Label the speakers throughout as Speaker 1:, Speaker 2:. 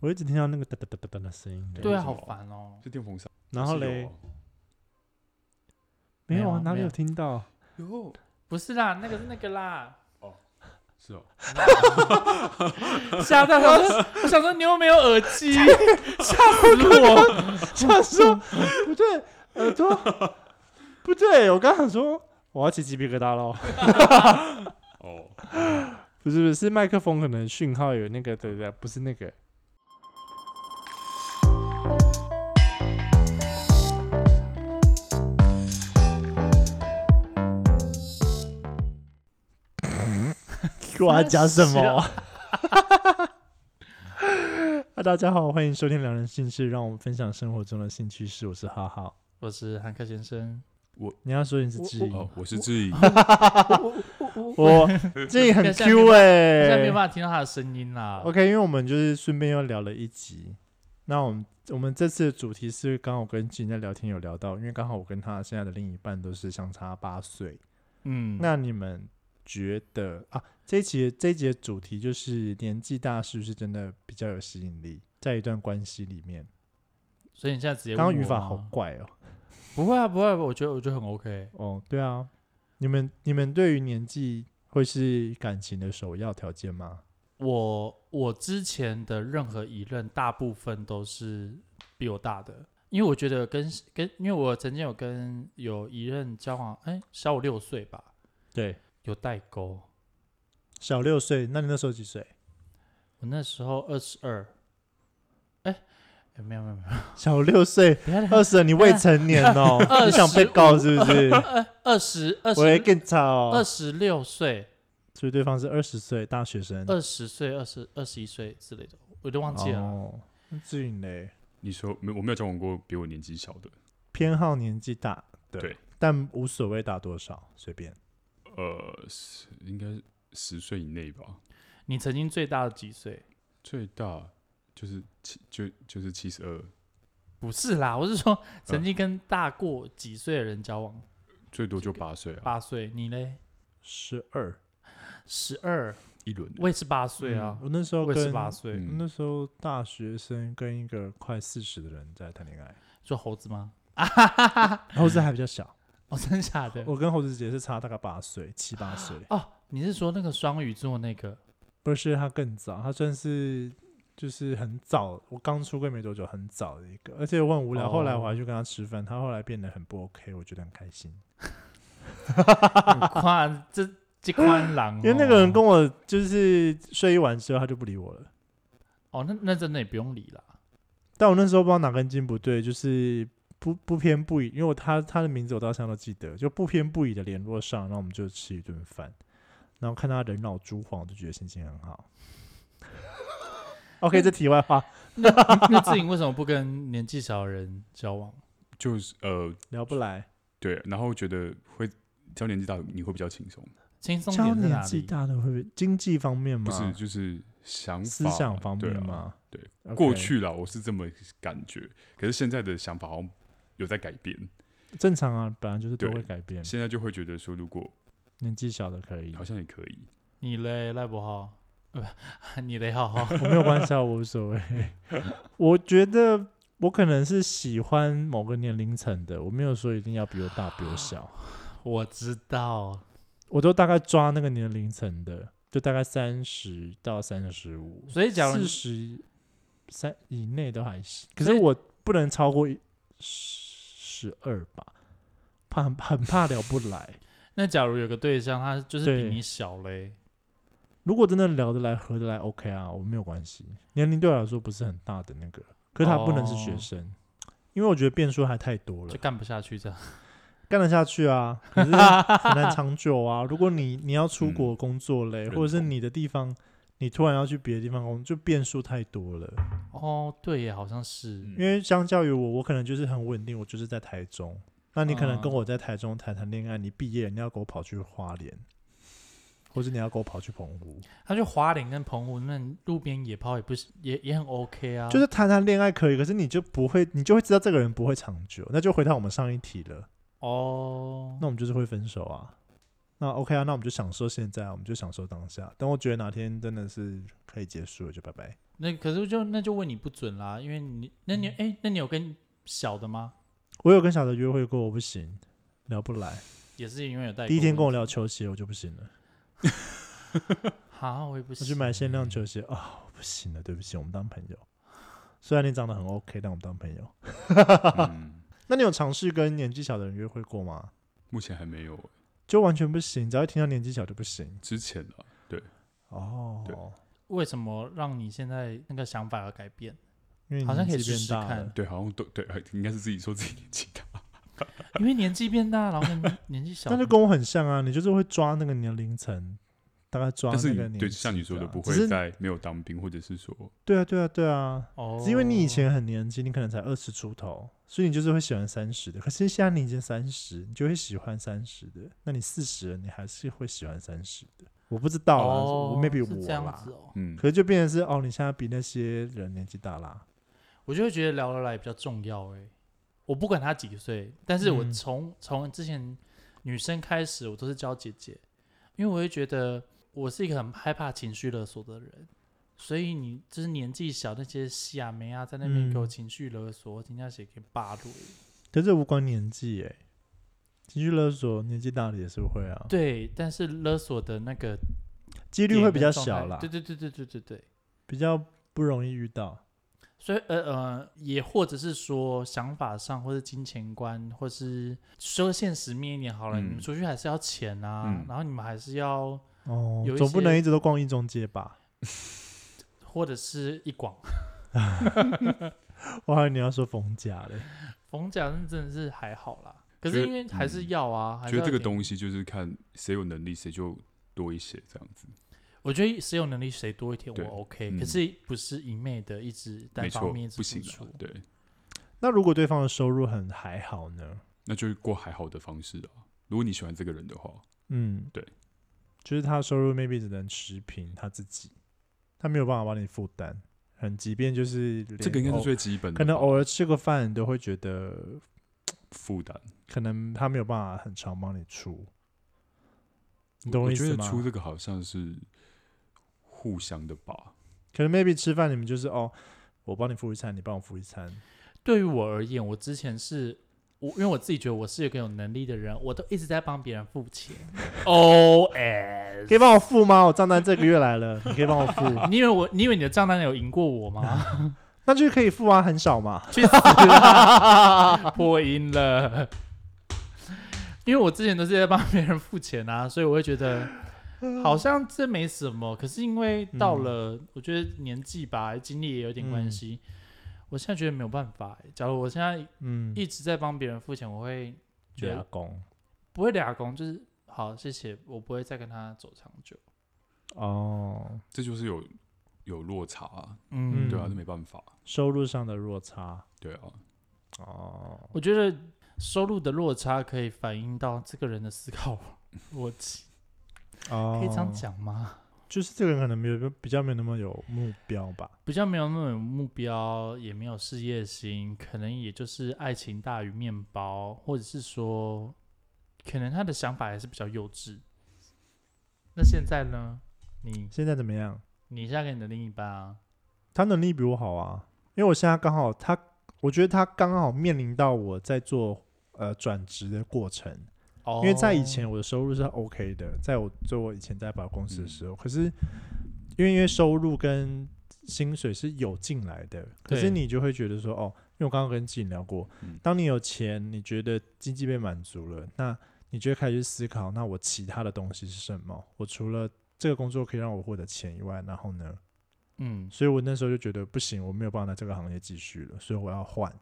Speaker 1: 我一直听到那个哒哒哒哒哒的声音。
Speaker 2: 对啊，
Speaker 3: 什
Speaker 2: 好
Speaker 3: 么
Speaker 2: 烦哦。
Speaker 3: 是电风扇。
Speaker 1: 然后
Speaker 3: 是有
Speaker 1: 嘞
Speaker 3: 哦，，
Speaker 1: 没有
Speaker 2: 没
Speaker 1: 啊，
Speaker 2: 有
Speaker 1: 哪里
Speaker 2: 没
Speaker 1: 有
Speaker 2: 有
Speaker 1: 听 到？
Speaker 3: 有
Speaker 2: 不是啦，那个是那个 啦。
Speaker 3: 是哦，
Speaker 2: 吓到我说，我想说你又没有耳机，吓死我！
Speaker 1: 想说不对，耳朵呃不对，我刚想说我要起鸡皮疙瘩喽。
Speaker 3: 哦，
Speaker 1: 不是不是，是麦克风可能讯号有那个，对对对，不是那个。我要讲什么？ 啊，大家好，欢迎收听《两人兴趣》，让我们分享生活中的兴趣事。我是浩浩，
Speaker 2: 我是汉克先生，
Speaker 1: 你要说你是志
Speaker 3: 哦
Speaker 1: 颖，，
Speaker 3: 我是 志颖，
Speaker 1: 我 志颖很 Q
Speaker 2: 现
Speaker 1: 哎、
Speaker 2: 在没有办法听到他的声音啦。
Speaker 1: OK，因为我们就是顺便又聊了一集，那我们我们这次的主题是刚好跟静在聊天有聊到，因为刚好我跟他现在的另一半都是相差八岁。
Speaker 2: 嗯，
Speaker 1: 那你们觉得啊，这一集这一集的主题就是年纪大是不是真的比较有吸引力，在一段关系里面？
Speaker 2: 所以你现在直接
Speaker 1: 刚刚语
Speaker 2: 问我
Speaker 1: 法
Speaker 2: 吗
Speaker 1: 好怪哦。
Speaker 2: 不会啊，不会，我觉得我觉得很 OK。
Speaker 1: 哦，对啊，你们你们对于年纪会是感情的首要条件吗？
Speaker 2: 我我之前的任何一任，大部分都是比我大的，因为我觉得跟跟，因为我曾经有跟有一任交往，哎，小我六岁吧，
Speaker 1: 对，
Speaker 2: 有代沟。
Speaker 1: 小六岁，那你那时候几岁？
Speaker 2: 我那时候二十二，哎，哎没有没有没有，
Speaker 1: 小六岁，
Speaker 2: 不要
Speaker 1: 二十，你未成年哦，
Speaker 2: 二
Speaker 1: 你想被
Speaker 2: 25
Speaker 1: 告是不是？
Speaker 2: 二十二
Speaker 1: 我会
Speaker 2: 十
Speaker 1: 更差
Speaker 2: 二
Speaker 1: 哦。
Speaker 2: 十六岁，
Speaker 1: 所以对方是二十岁大学生，
Speaker 2: 二十岁、二十二十一岁之类的，我都忘记了。
Speaker 1: 哦。那至于你嘞，
Speaker 3: 你说没？我没有交往过比我年纪小的，
Speaker 1: 偏好年纪大的，
Speaker 3: 对，
Speaker 1: 但无所谓大多少，随便。
Speaker 3: 呃，十应该十岁以内吧，
Speaker 2: 你曾经最大的几岁？
Speaker 3: 最大就是七，就就是七十二，
Speaker 2: 不是啦，我是说
Speaker 1: 嗯
Speaker 2: 曾经跟大过几岁的人交往，
Speaker 3: 最多就八岁啊，
Speaker 2: 八岁。你嘞？
Speaker 1: 十二，
Speaker 2: 十二，
Speaker 3: 一轮的。
Speaker 2: 我也是八岁啊
Speaker 1: 嗯，我那时候
Speaker 2: 我也是
Speaker 1: 跟
Speaker 2: 八岁。
Speaker 3: 嗯
Speaker 1: 那时候大学生跟一个快四十的人在谈恋爱，
Speaker 2: 说猴子吗？
Speaker 1: 猴子还比较小，
Speaker 2: 哦，真的假的？
Speaker 1: 我跟猴子姐是差大概八岁，七八岁。
Speaker 2: 哦，你是说那个双鱼座那个？
Speaker 1: 不是他更早，他算是就是很早，我刚出柜没多久，很早的一个，而且我很无聊。后来我还去跟他吃饭，他后来变得很不 OK，我觉得很开心，
Speaker 2: 宽这这宽狼哦，
Speaker 1: 因为那个人跟我就是睡一晚之后他就不理我了。
Speaker 2: 哦，那那真的也不用理啦。
Speaker 1: 但我那时候不知道哪根筋不对，就是不不偏不倚，因为我他他的名字我到现在都记得，就不偏不倚的联络上，然后我们就吃一顿饭，然后看他人老珠黄，我就觉得心情很好。OK，这题外话
Speaker 2: 那那志颖为什么不跟年纪小的人交往？
Speaker 3: 就是呃，
Speaker 1: 聊不来。
Speaker 3: 对，然后觉得会交年纪大，你会比较轻松，
Speaker 2: 轻松
Speaker 1: 交
Speaker 2: 点在
Speaker 1: 年
Speaker 2: 哪
Speaker 1: 纪
Speaker 2: 里？
Speaker 1: 大的会不会经济方面
Speaker 3: 不
Speaker 1: 吗？
Speaker 3: 是就是想法
Speaker 1: 思想方
Speaker 3: 对
Speaker 1: 面
Speaker 3: 啊
Speaker 1: 吗？
Speaker 3: 对
Speaker 1: OK，
Speaker 3: 过去啦，我是这么感觉，可是现在的想法好像有在改变，
Speaker 1: 正常啊，本来就是都
Speaker 3: 对
Speaker 1: 会改变。
Speaker 3: 现在就会觉得说，如果
Speaker 1: 年纪小的可以
Speaker 3: 好，像也可 以，
Speaker 2: 你嘞，赖伯浩，呃 不，你嘞，浩浩，
Speaker 1: 我没有关系啊，我无所 谓。我觉得我可能是喜欢某个年龄层的，我没有说一定要比我大比我小，
Speaker 2: 我知道，
Speaker 1: 我都大概抓那个年龄层的，就大概三十到三十五，
Speaker 2: 所以假如
Speaker 1: 四十三以内都还行。可
Speaker 2: 所
Speaker 1: 是
Speaker 2: 以
Speaker 1: 我不能超过十二吧，怕很很怕聊不来。
Speaker 2: 那假如有个对象，他就是
Speaker 1: 对
Speaker 2: 比你小嘞，
Speaker 1: 如果真的聊得来、合得来，OK 啊，我没有关系。年龄对我来说不是很大的那个，可是他不能是学
Speaker 2: 哦
Speaker 1: 生，因为我觉得变数还太多了
Speaker 2: 就，干不下去这样。
Speaker 1: 干得下去啊，可是很难长久啊。如果你你要出
Speaker 3: 嗯
Speaker 1: 国工作嘞，
Speaker 3: 认
Speaker 1: 或者是
Speaker 3: 同
Speaker 1: 你的地方，你突然要去别的地方工作，就变数太多了。
Speaker 2: 哦，对耶，好像是，
Speaker 3: 嗯
Speaker 1: 因为相较于我，我可能就是很稳定，我就是在台中。那你可能跟
Speaker 2: 嗯
Speaker 1: 我在台中谈谈恋爱，你毕业你要给我跑去花莲，或者你要给我跑去澎湖，
Speaker 2: 他去华林跟澎湖那路边野炮也不是也也很 OK 啊，
Speaker 1: 就是谈谈恋爱可以，可是你就不会，你就会知道这个人不会长久。那就回到我们上一题了，
Speaker 2: 哦
Speaker 1: 那，我们就是会分手啊。那 OK 啊，那我们就享受现在啊，我们就享受当下。等我觉得哪天真的是可以结束了，就拜拜。
Speaker 2: 那可是就那就问你不准啦，因为你那
Speaker 1: 嗯
Speaker 2: 你哎、那你有跟小的吗？
Speaker 1: 我有跟小的约会过，我不行，聊不来。
Speaker 2: 也是因为有带
Speaker 1: 第一天跟我
Speaker 2: 聊，
Speaker 1: 聊球鞋，我就不行了。
Speaker 2: 好，我也不
Speaker 1: 我去
Speaker 2: 行。
Speaker 1: 买限量球鞋啊、我不行了，对不起，我们当朋友。虽然你长得很 OK，但我们当朋友。
Speaker 3: 嗯，
Speaker 1: 那你有尝试跟年纪小的人约会过吗？
Speaker 3: 目前还没有欸
Speaker 1: 就完全不行，只要一听到年纪小就不行。
Speaker 3: 之前啊，
Speaker 1: 哦，
Speaker 3: 对
Speaker 2: 为什么让你现在那个想法而改变？
Speaker 1: 因为你
Speaker 2: 好像可以
Speaker 1: 年纪
Speaker 2: 试
Speaker 1: 变
Speaker 2: 试
Speaker 1: 大
Speaker 2: 看
Speaker 1: 了。
Speaker 3: 对，好像都对，呃应该是自己说自己年纪
Speaker 1: 哦
Speaker 3: 大，
Speaker 2: 因为年纪变大，然后跟年纪小，
Speaker 1: 那就跟我很像啊，你就是会抓那个年龄层，大概抓
Speaker 3: 但是
Speaker 1: 那个年
Speaker 3: 你
Speaker 1: 纪
Speaker 3: 对，像你说的，
Speaker 1: 这样
Speaker 3: 不
Speaker 1: 只
Speaker 3: 会
Speaker 1: 是
Speaker 3: 在没有当兵，或者是说，
Speaker 1: 对啊，对啊，对啊，
Speaker 2: 哦
Speaker 1: 只，是因为你以前很年轻，你可能才二十出头，所以你就是会喜欢三十的。可是现在你已经三十，你就会喜欢三十的。那你四十了，你还是会喜欢三十的。我不知道啦，
Speaker 2: 哦
Speaker 1: 我 maybe
Speaker 2: 是
Speaker 1: 我
Speaker 2: 这样
Speaker 1: 啦
Speaker 2: 子，哦，
Speaker 3: 嗯，
Speaker 1: 可是就变成是哦，你现在比那些人年纪大啦。
Speaker 2: 我就会觉得聊得来比较重要哎、我不管他几岁，但是我
Speaker 1: 嗯
Speaker 2: 从从、之前女生开始，我都是教姐姐，因为我会觉得我是一个很害怕情绪勒索的人，所以你就是年纪小那些下梅啊，在那边
Speaker 1: 嗯
Speaker 2: 给我情绪勒索，我今天写给霸凌。
Speaker 1: 可是无关年纪诶、情绪勒索，年纪大了也是会啊，，
Speaker 2: 对，但是勒索的那个
Speaker 1: 几率
Speaker 2: 点
Speaker 1: 会
Speaker 2: 跟
Speaker 1: 比较
Speaker 2: 状
Speaker 1: 小
Speaker 2: 态
Speaker 1: 啦，
Speaker 2: 对对对对对对对。
Speaker 1: 比较不容易遇到。
Speaker 2: 所以呃呃，也或者是说想法上，或是金钱观，或是说现实面一点好了，
Speaker 3: 嗯
Speaker 2: 你们出去还是要钱啊，
Speaker 3: 嗯
Speaker 2: 然后你们还是要，
Speaker 1: 哦
Speaker 2: 有，一
Speaker 1: 总不
Speaker 2: 些
Speaker 1: 能一直都逛一中街吧？
Speaker 2: 或者是一广
Speaker 1: 我还以为你要说逢甲嘞，
Speaker 2: 逢甲是真的是还好啦，可
Speaker 3: 觉
Speaker 2: 是
Speaker 3: 得嗯
Speaker 2: 因为还是要啊，还是
Speaker 3: 觉得这个
Speaker 2: 西，
Speaker 3: 东西就是看谁有能力，谁就多一些这样子。
Speaker 2: 我觉得谁有能力谁多一点
Speaker 3: 对
Speaker 2: 我 OK，、
Speaker 3: 嗯
Speaker 2: 可是不是一昧的一直单
Speaker 3: 没错
Speaker 2: 方面一，直
Speaker 3: 不行
Speaker 2: 付出
Speaker 3: 啊，对，
Speaker 1: 那如果对方的收入很还好呢？
Speaker 3: 那就是过还好的方式啊。如果你喜欢这个人的话，
Speaker 1: 嗯，
Speaker 3: 对，
Speaker 1: 就是他的收入 maybe 只能持平他自己，他没有办法帮你负担。很，即便就是
Speaker 3: 这个
Speaker 1: 连
Speaker 3: 应该是
Speaker 1: 偶
Speaker 3: 最基本的吧，
Speaker 1: 可能偶尔吃个饭，你都会觉得
Speaker 3: 负担。
Speaker 1: 可能他没有办法很常帮你出，你懂
Speaker 3: 我
Speaker 1: 我意
Speaker 3: 觉
Speaker 1: 思
Speaker 3: 得
Speaker 1: 吗？
Speaker 3: 出这个好像是互相的吧，
Speaker 1: 可能 maybe 吃饭你们就是哦，我帮你付一餐，你帮我付一餐，
Speaker 2: 对于我而言，我之前是我，因为我自己觉得我是一个有能力的人，我都一直在帮别人付 钱。O S，
Speaker 1: 可以帮我付吗？我账单这个月来了，你可以帮我付，
Speaker 2: 你以为我，你以为你的账单有赢过我吗？
Speaker 1: 那就是可以付啊，很少嘛。
Speaker 2: 去死啦！破音了。因为我之前都是在帮别人付钱啊，所以我会觉得 好像这没什么。可是因为到了，
Speaker 3: 嗯
Speaker 2: 我觉得年纪吧，经历也有点关系。我现在觉得没有办法欸、假如我现在
Speaker 1: 嗯，啊
Speaker 2: 一直在帮别人付钱，我会觉
Speaker 1: 牙
Speaker 2: 得
Speaker 1: 工
Speaker 2: 不会俩工，就是好谢谢，我不会再跟他走长久。
Speaker 1: 哦，
Speaker 3: 这就是有有落差啊、
Speaker 1: 嗯
Speaker 3: 对啊，这没办法，
Speaker 1: 收入上的落差
Speaker 3: 对啊，
Speaker 1: 哦，
Speaker 2: 我觉得收入的落差可以反映到这个人的思考 逻辑，
Speaker 1: 哦
Speaker 2: 可以这样，讲吗？
Speaker 1: 就是这个人可能没有比较没有那么有目标吧。
Speaker 2: 比较没有那么有目标，也没有事业心，可能也就是爱情大于面包，或者是说，可能他的想法还是比较幼稚。那现在呢？你
Speaker 1: 现在怎么样？
Speaker 2: 你现在跟你的另一半啊，
Speaker 1: 他能力比我好啊，因为我现在刚好他，我觉得他刚好面临到我在做呃转职的过程，
Speaker 2: 哦
Speaker 1: 因为在以前我的收入是 OK 的，在我做我以前在保险公司的时候，可是因为因为收入跟薪水是有进来的，可是
Speaker 2: 对
Speaker 1: 你就会觉得说，哦，因为我刚刚跟自己聊过，
Speaker 3: 嗯
Speaker 1: 当你有钱，你觉得经济被满足了，那你就会开始去思考，那我其他的东西是什么？我除了这个工作可以让我获得钱以外，然后呢？
Speaker 2: 嗯
Speaker 1: 所以我那时候就觉得不行，我没有办法在这个行业继续了，所以我要换。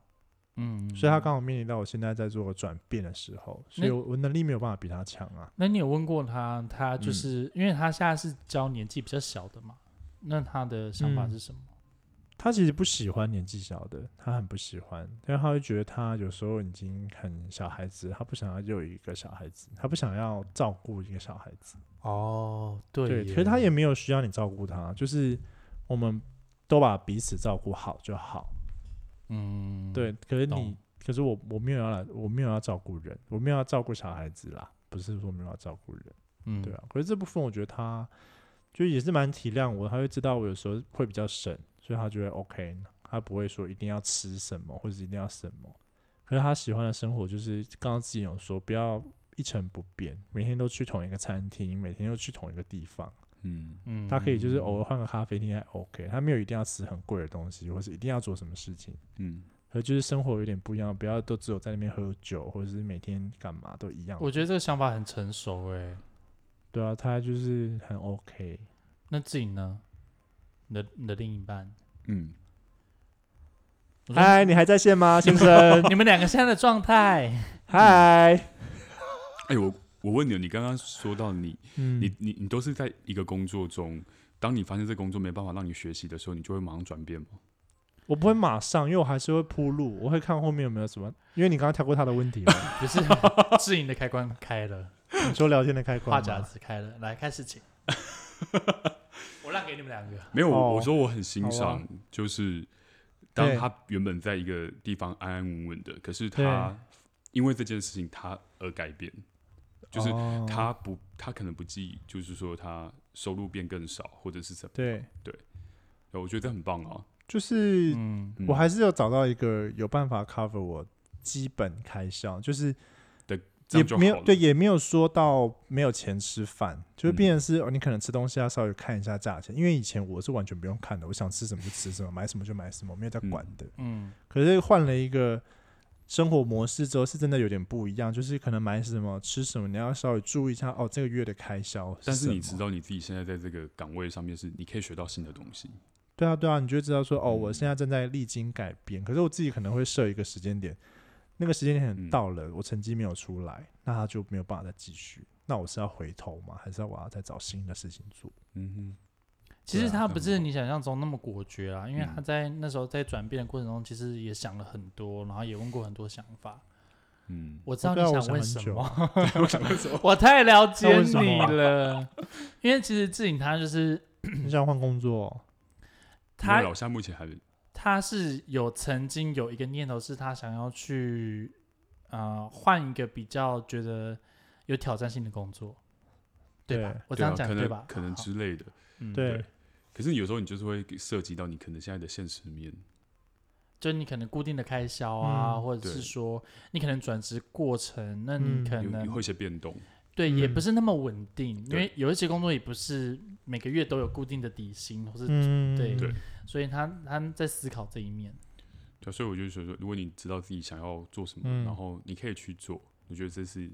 Speaker 2: 嗯，
Speaker 1: 所以他
Speaker 2: 嗯
Speaker 1: 刚好面临到我现在在做转变的时候，所以
Speaker 2: 那
Speaker 1: 我我能力没有办法比他强啊。
Speaker 2: 那你有问过他，他就
Speaker 3: 嗯
Speaker 2: 是、因为他现在是教年纪比较小的嘛，那他的想法
Speaker 1: 嗯
Speaker 2: 是什么？
Speaker 1: 他其实不喜欢年纪小的，他很不喜欢，因为他会觉得他有时候已经很小孩子，他不想要有一个小孩子，他不想要照顾一个小孩子。
Speaker 2: 哦，对
Speaker 1: 对，
Speaker 2: 耶
Speaker 1: 其实他也没有需要你照顾他，就是我们都把彼此照顾好就好。
Speaker 2: 嗯，
Speaker 1: 对，可是你
Speaker 2: 懂，
Speaker 1: 可是我我没有要来，我没有要照顾人，我没有要照顾小孩子啦，不是说没有要照顾人。
Speaker 2: 嗯，
Speaker 1: 啊对啊，可是这部分我觉得他就也是蛮体谅我，他会知道我有时候会比较省，所以他就会 OK，他不会说一定要吃什么或者一定要什么。可是他喜欢的生活就是刚刚之前有说，不要一成不变，每天都去同一个餐厅，每天都去同一个地方。
Speaker 3: 嗯，
Speaker 2: 嗯，
Speaker 1: 他可以就是偶尔换个咖啡厅还 OK，他没有一定要吃很贵的东西，或是一定要做什么事情。
Speaker 3: 嗯，
Speaker 1: 可就是生活有点不一样，不要都只有在那边喝酒，或者是每天干嘛都一样。
Speaker 2: 我觉得这个想法很成熟哎、
Speaker 1: 对啊，他就是很 OK。
Speaker 2: 那自己呢？你的你的另一半？
Speaker 3: 嗯，
Speaker 2: 我说
Speaker 1: 嗨，你还在线 吗，先生？
Speaker 2: 你们两个现在的状态？
Speaker 1: 嗨，
Speaker 3: 哎、我我问你，你刚刚说到你，
Speaker 1: 嗯
Speaker 3: 你你你都是在一个工作中，当你发现这工作没办法让你学习的时候，你就会马上转变吗？
Speaker 1: 我不会马上，因为我还是会铺路，我会看后面有没有什么。因为你刚刚跳过他的问题 嘛，
Speaker 2: 不是，志颖的开关开了，
Speaker 1: 你说聊天的开
Speaker 2: 话
Speaker 1: 关
Speaker 2: 匣
Speaker 1: 吗。
Speaker 2: 子开了，来开始请。我让给你们两个。
Speaker 3: 没有，
Speaker 1: 哦
Speaker 3: 我我说我很欣
Speaker 1: 好
Speaker 3: 赏，
Speaker 1: 啊
Speaker 3: 就是当
Speaker 1: 对
Speaker 3: 他原本在一个地方安安稳稳的，可是
Speaker 1: 对
Speaker 3: 他因为这件事情他而改变，就是
Speaker 1: 哦
Speaker 3: 他不，他可能不介意，就是说他收入变更少，或者是怎么
Speaker 1: 对，
Speaker 3: 样，我觉得这很棒啊。
Speaker 1: 就是
Speaker 2: 嗯，
Speaker 3: 嗯
Speaker 1: 我还是有找到一个有办法 cover 我基本开销，就是
Speaker 3: 这
Speaker 1: 也
Speaker 3: 样就
Speaker 1: 没
Speaker 3: 好
Speaker 1: 有
Speaker 3: 了
Speaker 1: 对，也没有说到没有钱吃饭，就是
Speaker 3: 嗯
Speaker 1: 变成是、哦，你可能吃东西要稍微看一下价钱，因为以前我是完全不用看的，我想吃什么就吃什么，买什么就买什么，没有在管的。
Speaker 2: 嗯，
Speaker 1: 可是换了一个生活模式之后，是真的有点不一样，就是可能买什么吃什么，你要稍微注意一下哦，这个月的开销。
Speaker 3: 但是你知，道你自己现在在这个岗位上面是，你可以学到新的东西。
Speaker 1: 对啊对啊，你就知道说哦，我
Speaker 3: 嗯
Speaker 1: 现在正在历经改变，可是我自己可能会设一个时间点，那个时间点
Speaker 3: 嗯
Speaker 1: 到了，我成绩没有出来，那他就没有办法再继续。那我是要回头吗？还是要我要再找新的事情 做？
Speaker 3: 嗯
Speaker 2: 其
Speaker 3: 对
Speaker 2: 实
Speaker 3: 啊
Speaker 2: 他不是
Speaker 3: 嗯
Speaker 2: 你想象中那么果决啊，因为
Speaker 3: 嗯
Speaker 2: 他在那时候在转变的过程中，其实也想了很多，然后也问过很多想法。
Speaker 3: 哼，嗯，
Speaker 2: 我知道你
Speaker 1: 对啊我
Speaker 2: 问什
Speaker 1: 想
Speaker 2: 么，
Speaker 3: 我想问什么？
Speaker 2: 我太了
Speaker 1: 那
Speaker 2: 解
Speaker 1: 为什么
Speaker 2: 你了。因为其实志颖他就是
Speaker 1: 你想换工作？哦
Speaker 2: 他
Speaker 3: 没有老夏目前还
Speaker 2: 他是有曾经有一个念头，是他想要去呃换一个比较觉得有挑战性的工作，对吧？
Speaker 1: 对
Speaker 2: 我这
Speaker 3: 对啊，
Speaker 2: 样讲
Speaker 3: 可
Speaker 2: 吧
Speaker 3: 能？可能
Speaker 2: 好
Speaker 3: 之类的。
Speaker 2: 嗯
Speaker 1: 对
Speaker 3: 对，可是有时候你就是会涉及到你可能现在的现实面。
Speaker 2: 就你可能固定的开销啊，
Speaker 1: 嗯
Speaker 2: 或者是
Speaker 3: 对
Speaker 2: 说你可能转职过程，那你
Speaker 1: 嗯
Speaker 2: 可
Speaker 3: 有
Speaker 2: 能、
Speaker 3: 有会一些变动，
Speaker 2: 对也
Speaker 1: 嗯
Speaker 2: 不是那么稳定，因
Speaker 3: 对
Speaker 2: 为有一些工作也不是每个月都有固定的底薪，或是、
Speaker 1: 嗯，
Speaker 2: 对
Speaker 3: 对
Speaker 2: 所以他他在思考这一面。
Speaker 3: 对啊，所以我就觉得说，如果你知道自己想要做什么，
Speaker 1: 嗯
Speaker 3: 然后你可以去做，我觉得这是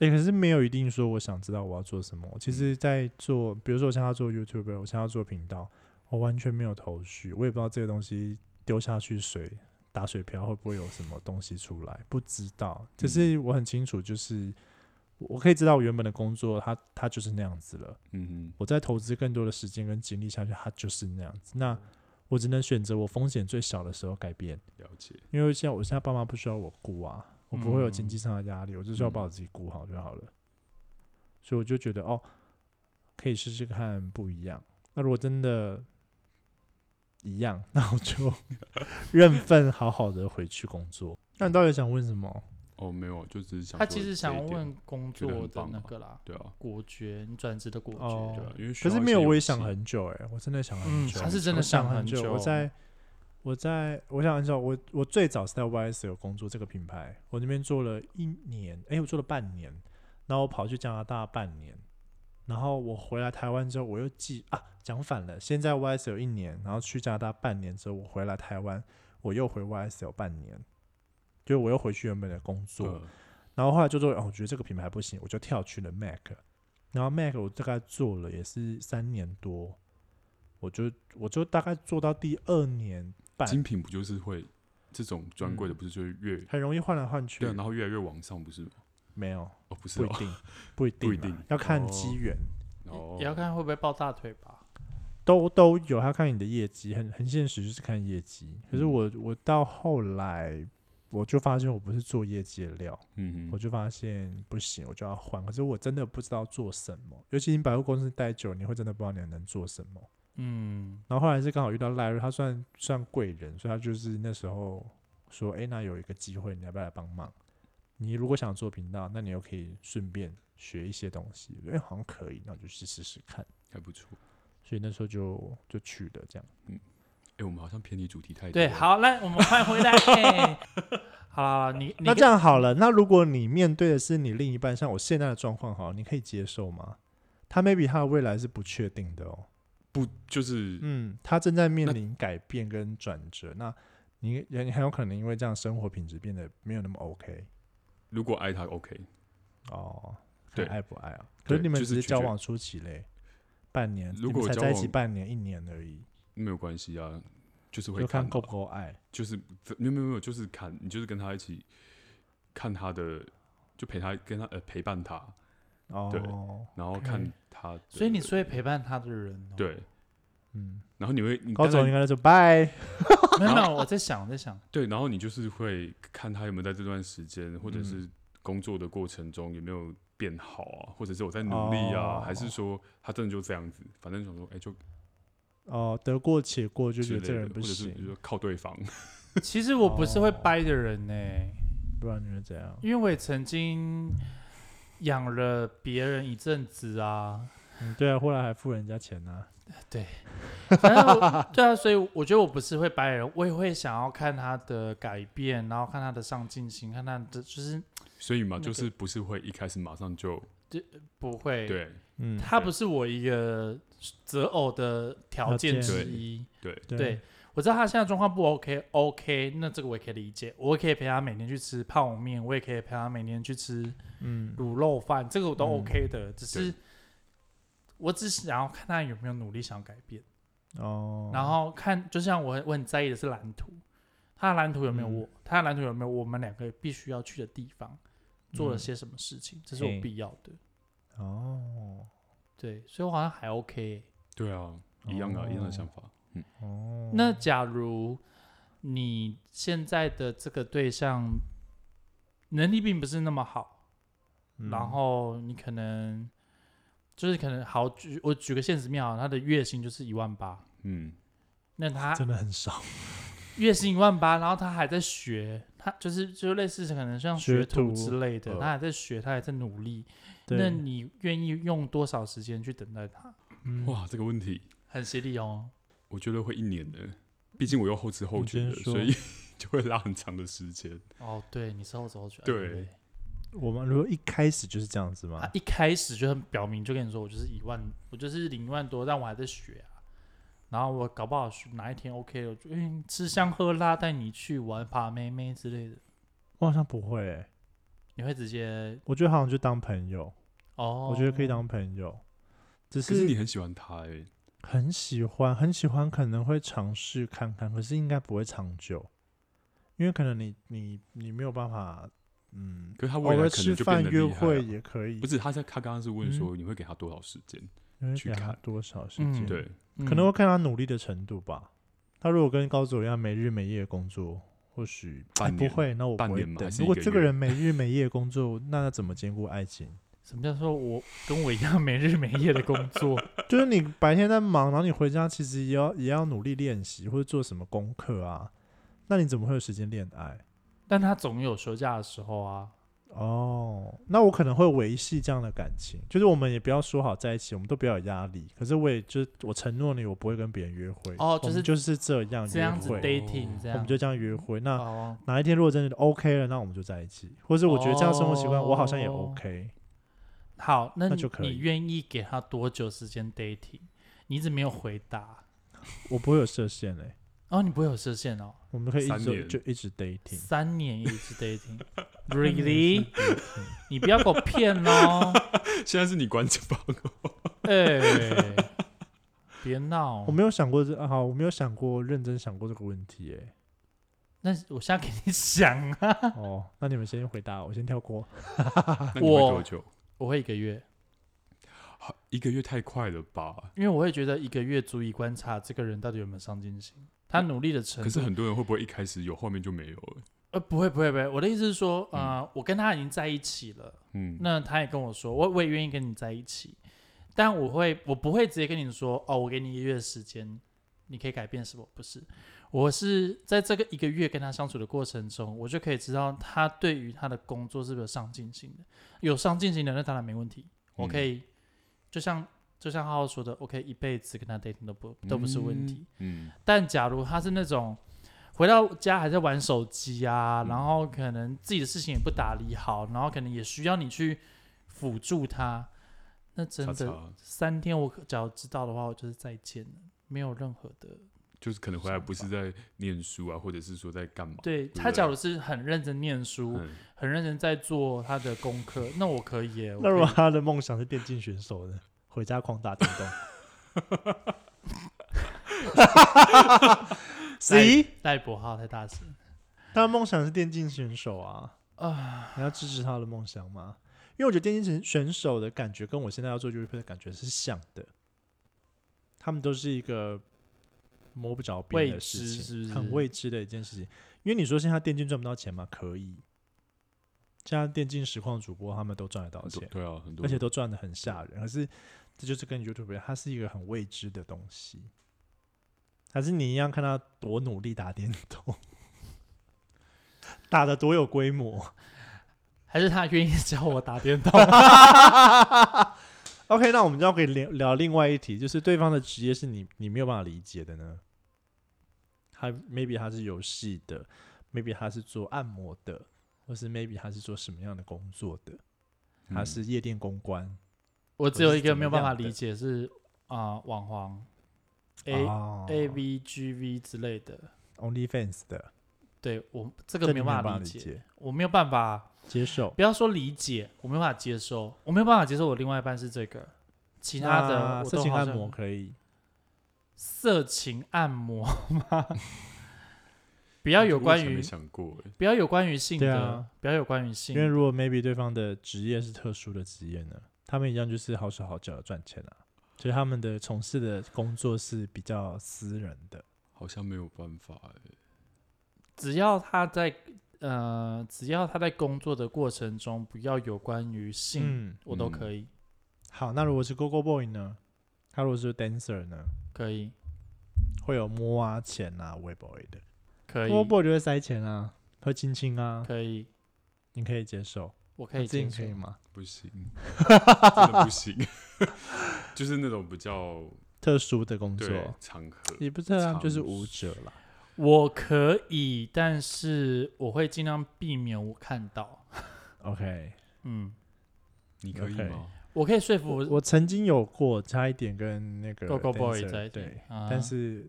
Speaker 1: 哎、可是没有一定说我想知道我要做什么。我其实，在做，比如说我现在要做 YouTube，我现在要做频道，我完全没有头绪，我也不知道这个东西丢下去水打水漂会不会有什么东西出来，不知道。可是我很清楚，就是我我可以知道我原本的工作，它它就是那样子了。
Speaker 3: 嗯
Speaker 1: 我再投资更多的时间跟精力下去，它就是那样子。那我只能选择我风险最小的时候改变。
Speaker 3: 哼，了解，
Speaker 1: 因为现在我现在爸妈不需要我顾啊，我不会有经济上的压力，我就需要把我自己顾好就好了。所以我就觉得哦，可以试试看不一样。那如果真的一样， 那我就认份好好的回去工作。那你到底想问什么？
Speaker 3: 哦，没有，就只是想
Speaker 2: 他
Speaker 3: 说
Speaker 2: 其实
Speaker 3: 这一
Speaker 2: 想
Speaker 3: 点，
Speaker 2: 问工
Speaker 3: 觉得很
Speaker 2: 作的
Speaker 3: 棒
Speaker 2: 那
Speaker 3: 啊
Speaker 2: 个啦，
Speaker 3: 对啊，
Speaker 2: 果决，你转职的果决，
Speaker 1: 哦
Speaker 3: 对啊，因为需
Speaker 1: 可是
Speaker 3: 要一
Speaker 1: 没
Speaker 3: 些
Speaker 1: 有，我也
Speaker 3: 勇
Speaker 1: 想
Speaker 3: 气
Speaker 1: 很久哎、我真的想很
Speaker 2: 嗯
Speaker 1: 久，
Speaker 2: 他是真的
Speaker 1: 我
Speaker 2: 想
Speaker 1: 想
Speaker 2: 很久哦
Speaker 1: 我在，我在，我想很久，我我最早是在 YS 有工作这个品牌，我那边做了一年，哎、我做了半年，然后我跑去加拿大半年，然后我回来台湾之后，我又继啊讲反了，先在 YS 有一年，然后去加拿大半年之后，我回来台湾，我又回 YS 有半年，就我又回去原本的工作，
Speaker 3: 呃
Speaker 1: 然后后来就做，哦，我觉得这个品牌不行，我就跳去了 Mac。然后 Mac 我大概做了也是三年多，我就我就大概做到第二年半，
Speaker 3: 精品不就是会这种专柜的，
Speaker 1: 嗯
Speaker 3: 不是就是越、
Speaker 1: 很容易换来换去。
Speaker 3: 对啊，然后越来越往上，不是吗？
Speaker 1: 没有，
Speaker 3: 哦，不是
Speaker 1: 不一
Speaker 3: 哦，
Speaker 1: 定， 不一定啊，
Speaker 3: 不一定
Speaker 1: 要看
Speaker 3: 哦
Speaker 1: 机缘，
Speaker 3: 哦
Speaker 2: 也要看会不会抱大腿吧。
Speaker 1: 都都有，要看你的业绩，很很现实，就是看业绩。可是
Speaker 3: 嗯
Speaker 1: 我我到后来，我就发现我不是做业绩的料，
Speaker 3: 嗯
Speaker 1: 我
Speaker 3: 哼，
Speaker 1: 就发现不行，我就要换。可是我真的不知道做什么，尤其你百货公司待久，你会真的不知道你能做什么。
Speaker 2: 嗯，
Speaker 1: 然后后来是刚好遇到赖瑞，他算算贵人，所以他就是那时候说，哎，那有一个机会，你要不要来帮忙？你如果想做频道，那你又可以顺便学一些东西，因为好像可以，那我就去试试看。
Speaker 3: 还不错，
Speaker 1: 所以那时候就就去了这样。
Speaker 3: 哎、我们好像偏离主题太多。
Speaker 2: 对，，好，来，我们快 回来。哎好啦，你你
Speaker 1: 那这样好了，那如果你面对的是你另一半，像我现在的状况，好了，你可以接受吗？他 maybe 他的未来是不确定的哦，
Speaker 3: 不就是
Speaker 1: 嗯，他正在面临改变跟转折，那你人很有可能因为这样生活品质变得没有那么 OK
Speaker 3: 如果爱他 OK，
Speaker 1: 哦，看
Speaker 3: 对
Speaker 1: 爱不爱啊？可
Speaker 3: 对
Speaker 1: 是你们
Speaker 3: 就是
Speaker 1: 只是
Speaker 3: 取
Speaker 1: 交
Speaker 3: 决
Speaker 1: 往初期嘞，半年，
Speaker 3: 如
Speaker 1: 你
Speaker 3: 果
Speaker 1: 们才
Speaker 3: 交
Speaker 1: 在一起
Speaker 3: 往
Speaker 1: 半年一年而已，
Speaker 3: 没有关系啊，就是会
Speaker 1: 就看
Speaker 3: 吧
Speaker 1: 够不够爱。
Speaker 3: 就是没有没有没有，就是看你就是跟他一起看他的，就陪他跟他呃陪伴他，对
Speaker 1: 哦，
Speaker 3: 然后
Speaker 2: OK
Speaker 3: 看他的
Speaker 2: 所以你是会陪伴他的人、哦。，
Speaker 3: 对，
Speaker 1: 嗯，
Speaker 3: 然后你会你
Speaker 1: 高
Speaker 3: 当然
Speaker 1: 总应该就说拜。
Speaker 2: 没有没 有，我在想，我在想，
Speaker 3: 对，然后你就是会看他有没有在这段时
Speaker 1: 嗯
Speaker 3: 间，或者是工作的过程中有没有变好啊，或者是我在努力啊，
Speaker 1: 哦
Speaker 3: 还是说他真的就这样子，反正想说，哎、就
Speaker 1: 哦，得过且过，就觉得
Speaker 3: 之类
Speaker 1: 这
Speaker 3: 的
Speaker 1: 人不
Speaker 3: 或者是就
Speaker 1: 行，
Speaker 3: 是靠对方，
Speaker 2: 其实我不是会
Speaker 1: 哦
Speaker 2: 掰的人呢、
Speaker 1: 不然你会怎样？
Speaker 2: 因为我也曾经养了别人一阵子啊。
Speaker 1: 嗯，对啊，后来还付人家钱呢、啊
Speaker 2: 反正我对啊，所以我觉得我不是会白人，我也会想要看他的改变，然后看他的上进心，看他的就是
Speaker 3: 所以嘛，
Speaker 2: 那个
Speaker 3: 就是不是会一开始马上就
Speaker 2: 不会，
Speaker 3: 对
Speaker 1: 嗯，
Speaker 2: 他不是我一个择偶的条
Speaker 1: 条
Speaker 2: 件
Speaker 3: 件
Speaker 2: 之一。
Speaker 3: 对，
Speaker 1: 对
Speaker 2: 对我知道他现在状况不 OK，OK，、那这个我也可以理解，我也可以陪他每天去吃泡面，我也可以陪他每天去吃
Speaker 1: 嗯，
Speaker 2: 卤肉饭，这个我都
Speaker 1: 嗯
Speaker 2: OK 的，只是
Speaker 3: 对
Speaker 2: 我只想要看他有没有努力想改变。
Speaker 1: 哦，
Speaker 2: 然后看，就像我很我很在意的是蓝图，他的蓝图有没有
Speaker 1: 嗯
Speaker 2: 我，他的蓝图有没有我们两个必须要去的地方，做了
Speaker 1: 嗯
Speaker 2: 些什么事情，这是我
Speaker 1: 嘿
Speaker 2: 必要的。
Speaker 1: 哦
Speaker 2: 对，所以我好像还 OK 欸、
Speaker 3: 对啊，一样啊，一样的想法。
Speaker 1: 哦，
Speaker 2: 那假如你现在的这个对象能力并不是那么好，
Speaker 1: 嗯
Speaker 2: 然后你可能就是可能好举我举个现实面啊，他的月薪就是一万八，
Speaker 3: 嗯，
Speaker 2: 那他
Speaker 1: 真的很少，
Speaker 2: 月薪一万八，然后他还在学，他就是就类似可能像学徒
Speaker 1: 学徒
Speaker 2: 之类的，
Speaker 3: 呃
Speaker 2: 他还在学，他还在努力。那
Speaker 1: 嗯对，
Speaker 2: 你愿意用多少时间去等待他？
Speaker 1: 嗯，
Speaker 3: 哇，这个问题
Speaker 2: 很犀利哦。
Speaker 3: 我觉得会一年的，毕竟我又后知后
Speaker 1: 你
Speaker 3: 觉
Speaker 1: 先
Speaker 3: 的，
Speaker 1: 说
Speaker 3: 所以 就会拉很长的时间。
Speaker 2: 哦，对，你是后知后觉。
Speaker 3: 对
Speaker 2: 不
Speaker 1: 我们如果一开始就是这样子嘛
Speaker 2: 他，啊一开始就很表明，就跟你说，我就是一万，我就是领一万多，但我还在学啊。然后我搞不好是哪一天 OK 了，我就嗯吃香喝辣带你去玩爬妹妹之类的，
Speaker 1: 我好像不会、欸，
Speaker 2: 你会直接
Speaker 1: 我觉得好像就当朋友，
Speaker 2: 哦，
Speaker 1: 我觉得可以当朋友，只
Speaker 3: 可是你
Speaker 1: 是
Speaker 3: 很喜欢他哎、
Speaker 1: 很喜欢，很喜欢，可能会尝试看看，可是应该不会长久，因为可能你你你没有办法，嗯，
Speaker 3: 可是他
Speaker 1: 偶
Speaker 3: 未来
Speaker 1: 尔
Speaker 3: 可能
Speaker 1: 吃
Speaker 3: 就变
Speaker 1: 饭
Speaker 3: 得
Speaker 1: 约
Speaker 3: 厉害
Speaker 1: 会
Speaker 3: 啊、
Speaker 1: 也可以
Speaker 3: 不，是，他在他刚刚是问
Speaker 1: 嗯
Speaker 3: 说你会给他多少时间？
Speaker 1: 因为
Speaker 3: 去
Speaker 1: 给他
Speaker 3: 看
Speaker 1: 多少时
Speaker 2: 嗯
Speaker 1: 间，
Speaker 3: 对，
Speaker 2: 嗯
Speaker 1: 可能会看他努力的程度吧。他如果跟高佐一样没日没夜工作，或许哎
Speaker 3: 半
Speaker 1: 不
Speaker 3: 年
Speaker 1: 会，那我
Speaker 3: 半
Speaker 1: 不会
Speaker 3: 年嘛
Speaker 1: 等
Speaker 3: 还。是
Speaker 1: 如
Speaker 3: 一
Speaker 1: 果
Speaker 3: 个
Speaker 1: 这个
Speaker 3: 月
Speaker 1: 人没日没夜工作，那他怎么兼顾爱情？
Speaker 2: 什么叫做我跟我一样没日没夜的工作？
Speaker 1: 就是你白天在忙，然后你回家其实也要也要努力练习或者做什么功课啊，那你怎么会有时间恋爱？
Speaker 2: 但他总有休假的时候啊。
Speaker 1: 哦，那我可能会维系这样的感情，就是我们也不要说好在一起，我们都不要有压力。可是我也就是我承诺你，我不会跟别人约会。
Speaker 2: 哦
Speaker 1: 我
Speaker 2: 就
Speaker 1: 们
Speaker 2: 是
Speaker 1: 就是这样
Speaker 2: 这
Speaker 1: 约
Speaker 2: 样子
Speaker 1: 啊会，
Speaker 2: dating 这
Speaker 1: 我
Speaker 2: 样，
Speaker 1: 们就这样约会。那
Speaker 2: 哦，
Speaker 1: 哪一天如果真的 OK 了，那我们就在一起。或者我觉得这样生活习惯，我好像也
Speaker 2: 哦
Speaker 1: OK。
Speaker 2: 好，那
Speaker 1: 那
Speaker 2: 你
Speaker 1: 就可以
Speaker 2: 你愿意给他多久时间 dating？你一直没有回答，
Speaker 1: 我不会有设限嘞、
Speaker 2: 哦，你不会有设限哦，
Speaker 1: 我们可以一
Speaker 3: 三
Speaker 1: 直走
Speaker 3: 年
Speaker 1: 就一直 dating。
Speaker 2: 三年一直
Speaker 1: 也
Speaker 2: dating，really？
Speaker 1: 是 dating
Speaker 2: 你不要给我骗哦 喽，
Speaker 3: 现在是你关着 吧？
Speaker 2: 哎，别闹
Speaker 1: 我，没有想过这、啊、好，我没有想过认真想过这个问题诶、
Speaker 2: 那我现在给你想啊，
Speaker 1: 哦，那你们先回答，我先跳过。
Speaker 3: 那你会
Speaker 2: 我
Speaker 3: 多久？
Speaker 2: 我会一个月，
Speaker 3: 好一个月太快了吧？
Speaker 2: 因为我会觉得一个月足以观察这个人到底有没有上进心，他努力的程
Speaker 3: 可
Speaker 2: 度
Speaker 3: 是很多人会不会一开始有，后面就没有了？
Speaker 2: 呃，不会不会不会，我的意思是说，呃，我跟他已经在一起了，
Speaker 3: 嗯，
Speaker 2: 那他也跟我说，我我也愿意跟你在一起，但我会我不会直接跟你说，哦，我给你一个月的时间，你可以改变什么？不是，我是在这个一个月跟他相处的过程中，我就可以知道他对于他的
Speaker 3: 嗯
Speaker 2: 工作是不是有上进心的，有上进心的那当然没问题，我可以、就像就像浩浩说的，OK，一辈子跟他 dating 都不都不是问题。
Speaker 3: 嗯，
Speaker 2: 但假如他是那种回到家还在玩手机啊，
Speaker 3: 嗯
Speaker 2: 然后可能自己的事情也不打理好，然后可能也需要你去辅助他，那真
Speaker 3: 查
Speaker 2: 的
Speaker 3: 查
Speaker 2: 三天我可只要知道的话，我就是再见了，没有任何的。
Speaker 1: 哦
Speaker 3: 就是可能回来不是在念书啊，或者是说在干嘛？
Speaker 2: 对
Speaker 3: 对
Speaker 2: 他，假如是很认真念书，
Speaker 3: 嗯，
Speaker 2: 很认真在做他的功课，那我可以 耶。我
Speaker 1: 那如
Speaker 2: 可
Speaker 1: 果
Speaker 2: 以
Speaker 1: 他的梦想是电竞选手呢？回家狂打电动。 谁？
Speaker 2: 赖博浩太大声
Speaker 1: 哎他的梦想是电竞选手啊，
Speaker 2: 啊，
Speaker 1: 你要支持他的梦想吗？因为我觉得电竞选选手的感觉跟我现在要做 UP 的感觉是像的，他们都是一个摸不着边的事
Speaker 2: 未知是
Speaker 1: 情，
Speaker 2: 不是
Speaker 1: 很未知的一件事情。因为你说现在电竞赚不到钱吗？可以，现在电竞实况主播他们都赚得到
Speaker 3: 很多
Speaker 1: 钱，
Speaker 3: 对啊，很多，
Speaker 1: 而且都赚得很吓人。可是这就是跟 YouTube 一样，它是一个很未知的东西。还是你一样看他多努力打电动， 打的多有规模。
Speaker 2: 还是他愿意教我打 电动？
Speaker 1: OK，那我们就要可以聊聊另外一题，就是对方的职业是你你没有办法理解的呢？他 maybe 他是游戏的，maybe 他是做按摩的，或是 maybe 他是做什么样的工作的？他
Speaker 3: 嗯
Speaker 1: 是夜店公关，
Speaker 2: 我只有一个没有办法
Speaker 1: 我是怎么样的
Speaker 2: 理解是啊、网黄 A、
Speaker 1: 哦
Speaker 2: A V G V 之类的，
Speaker 1: OnlyFans 的，
Speaker 2: 对我
Speaker 1: 这
Speaker 2: 这个
Speaker 1: 你
Speaker 2: 没
Speaker 1: 没有
Speaker 2: 有办
Speaker 1: 办
Speaker 2: 法
Speaker 1: 法理
Speaker 2: 解，
Speaker 1: 解
Speaker 2: 我没有办法，
Speaker 1: 接受。
Speaker 2: 不要说理解，我没有办法接受，我没有办法接受我另外一半是这个，其他的
Speaker 1: 那
Speaker 2: 我
Speaker 1: 色
Speaker 2: 都
Speaker 1: 情
Speaker 2: 好
Speaker 1: 按
Speaker 2: 像
Speaker 1: 摩可以，
Speaker 2: 色情按摩吗？ 不要有
Speaker 3: 啊我以
Speaker 2: 关
Speaker 3: 前
Speaker 2: 于
Speaker 3: 没想过欸，
Speaker 2: 不要有关于性
Speaker 1: 对
Speaker 2: 的，
Speaker 1: 啊
Speaker 2: 不要有关于性
Speaker 1: 因为
Speaker 2: 的，
Speaker 1: 如果 maybe 对方的职业是特殊的职业呢，他们一样就是好手好脚的赚钱啊，所以他们的从事的工作是比较私人的。
Speaker 3: 好像没有办法欸
Speaker 2: 只要他在呃，只要他在工作的过程中不要有关于性，
Speaker 1: 嗯，
Speaker 2: 我都
Speaker 3: 嗯
Speaker 2: 可以。
Speaker 1: 好，那如果是 Go Go Boy 呢？他如果是 dancer 呢，
Speaker 2: 可以，
Speaker 1: 会有摸啊、钱啊、微 boy 的
Speaker 2: 可以，
Speaker 1: ，Go Go Boy 就会塞钱啊，会亲亲啊，
Speaker 2: 可以，
Speaker 1: 你可以接受，
Speaker 2: 我可以
Speaker 1: 这
Speaker 2: 接
Speaker 1: 你
Speaker 2: 受
Speaker 1: 可以。吗？
Speaker 3: 不行，真的不行， 就是那种比较
Speaker 1: 特殊的工作
Speaker 3: 对场合，
Speaker 1: 也不是啊，
Speaker 3: 常
Speaker 1: 就是舞者啦。
Speaker 2: 我可以，但是我会尽量避免我看到。
Speaker 1: OK，
Speaker 2: 嗯，
Speaker 3: 你可以
Speaker 1: OK
Speaker 3: 吗？
Speaker 2: 我可以说服
Speaker 1: 我我曾经有过差一点跟那个
Speaker 2: Go Go Boy
Speaker 1: dancer，
Speaker 2: 在一起
Speaker 1: 对，
Speaker 2: 啊
Speaker 1: 但是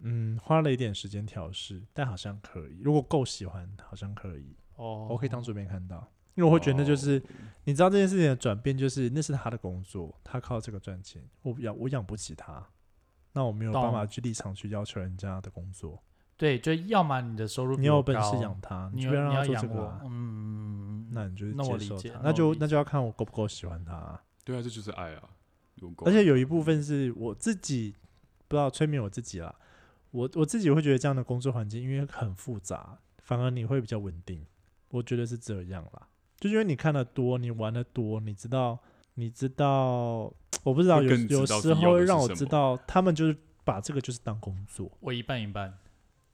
Speaker 1: 嗯，花了一点时间调试，但好像可以。如果够喜欢，好像可以，
Speaker 2: 哦，
Speaker 1: 我可以当做没看到，因为我会觉得那就是、
Speaker 3: 哦
Speaker 1: 你知道这件事情的转变，就是那是他的工作，他靠这个赚钱，我养我养不起他，那我没有办法
Speaker 2: 懂
Speaker 1: 去立场去要求人家的工作。
Speaker 2: 对，就要么你的收入比
Speaker 1: 你有
Speaker 2: 我
Speaker 1: 本事
Speaker 2: 高
Speaker 1: 养，他，
Speaker 2: 你
Speaker 1: 就
Speaker 2: 有
Speaker 1: 不要
Speaker 2: 你
Speaker 1: 让他
Speaker 2: 要
Speaker 1: 做这
Speaker 2: 养
Speaker 1: 个、
Speaker 2: 我
Speaker 1: 啊，，
Speaker 2: 嗯，
Speaker 1: 那你就是
Speaker 2: 那我理
Speaker 1: 接受
Speaker 2: 解
Speaker 1: 他，
Speaker 2: 那
Speaker 1: 那
Speaker 2: 我
Speaker 1: 就
Speaker 2: 理
Speaker 1: 那就要看我够不够喜欢他啊、
Speaker 3: 对啊，这就是爱啊，有关
Speaker 1: 而且有一部分是我自己不知道催眠我自己啦，我我自己会觉得这样的工作环境因为很复杂，反而你会比较稳定，我觉得是这样啦，就是因为你看的多，你玩的多，你知道你知道，我不知道
Speaker 3: 会
Speaker 1: 有
Speaker 3: 更知道
Speaker 1: 有
Speaker 3: 自己
Speaker 1: 时
Speaker 3: 要
Speaker 1: 候
Speaker 3: 的
Speaker 1: 会
Speaker 3: 是
Speaker 1: 让我
Speaker 3: 什
Speaker 1: 知
Speaker 3: 么
Speaker 1: 道他们就是把这个就是当工作，
Speaker 2: 我一半一半，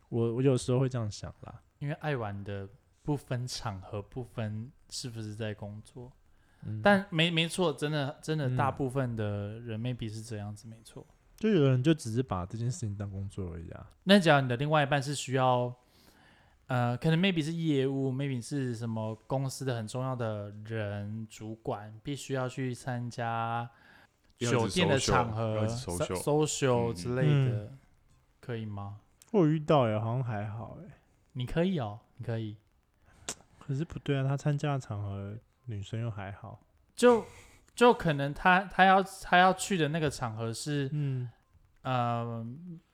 Speaker 1: 我我有时候会这样想啦，
Speaker 2: 因为爱玩的不分场合，不分是不是在工作，
Speaker 1: 嗯，
Speaker 2: 但没没错，真的真的大
Speaker 1: 嗯
Speaker 2: 部分的人 maybe 是这样子，没错。
Speaker 1: 就有人就只是把这件事情当工作而已啊，
Speaker 2: 那假如你的另外一半是需要，呃，可能 maybe 是业务，maybe 是什么公司的很重要的人、主管，必须要去参加
Speaker 3: 要一
Speaker 2: 酒
Speaker 3: 直
Speaker 2: 店的
Speaker 3: social，
Speaker 2: 场合、
Speaker 3: 要一直 social
Speaker 2: social
Speaker 3: 嗯
Speaker 2: 之类的，可以吗？
Speaker 1: 我有遇到也好像还好哎、
Speaker 2: 你可以哦，你可以，
Speaker 1: 可是不对啊，他参加的场合女生又还好，
Speaker 2: 就就可能他他要他要去的那个场合是，
Speaker 1: 嗯。
Speaker 2: 呃，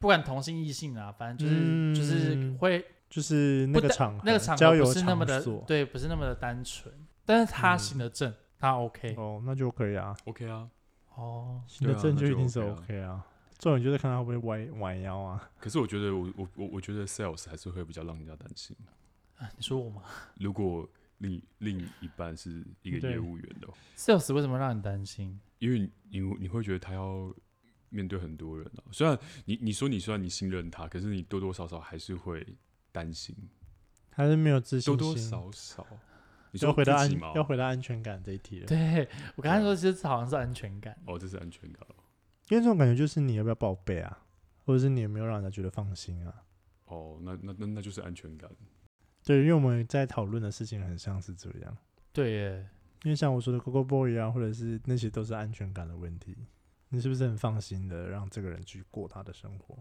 Speaker 2: 不管同性异性啊，反正就是、就是
Speaker 1: 嗯
Speaker 2: 会
Speaker 1: 就是那
Speaker 2: 不
Speaker 1: 个
Speaker 2: 但
Speaker 1: 场合，
Speaker 2: 那个场
Speaker 1: 交
Speaker 2: 合
Speaker 1: 友
Speaker 2: 不是那么
Speaker 1: 场
Speaker 2: 的
Speaker 1: 所嗯
Speaker 2: 对，不是那么的单纯，但是他行得正，他 OK
Speaker 1: 哦，那就可以啊。
Speaker 3: OK 啊，
Speaker 2: 哦，
Speaker 1: 行得
Speaker 3: 对啊
Speaker 1: 正
Speaker 3: 那
Speaker 1: 就一
Speaker 3: 就
Speaker 1: 定是
Speaker 3: OK 啊
Speaker 1: OK 啊。重点就是看他会不会弯弯腰啊。
Speaker 3: 可是我觉得我我我我觉得 sales 还是会比较让人家担心。
Speaker 2: 啊你说我吗
Speaker 3: 如果另另一半是一个
Speaker 1: 对
Speaker 3: 业务员的话，
Speaker 2: ？Sales 为什么让你担心？
Speaker 3: 因为你你会觉得他要面对很多人啊。虽然你你说你虽然你信任他，可是你多多少少还是会担心，
Speaker 1: 还是没有自信
Speaker 3: 多
Speaker 1: 心，
Speaker 3: 多少少你说
Speaker 1: 要回到
Speaker 3: 自己
Speaker 1: 安
Speaker 3: 吗
Speaker 1: 要回到安全感这一题了，
Speaker 2: 对我刚才说，
Speaker 1: 啊
Speaker 2: 其实好像是安全感。
Speaker 3: 哦，这是安全感哦
Speaker 1: 因为这种感觉就是你要不要报备啊，或者是你有没有让人家觉得放心啊？
Speaker 3: 哦，那那那那就是安全感。
Speaker 1: 对，因为我们在讨论的事情很像是这样，
Speaker 2: 对耶，
Speaker 1: 因为像我说的 Coco Boy 啊，或者是那些都是安全感的问题，你是不是很放心的让这个人去过他的生活？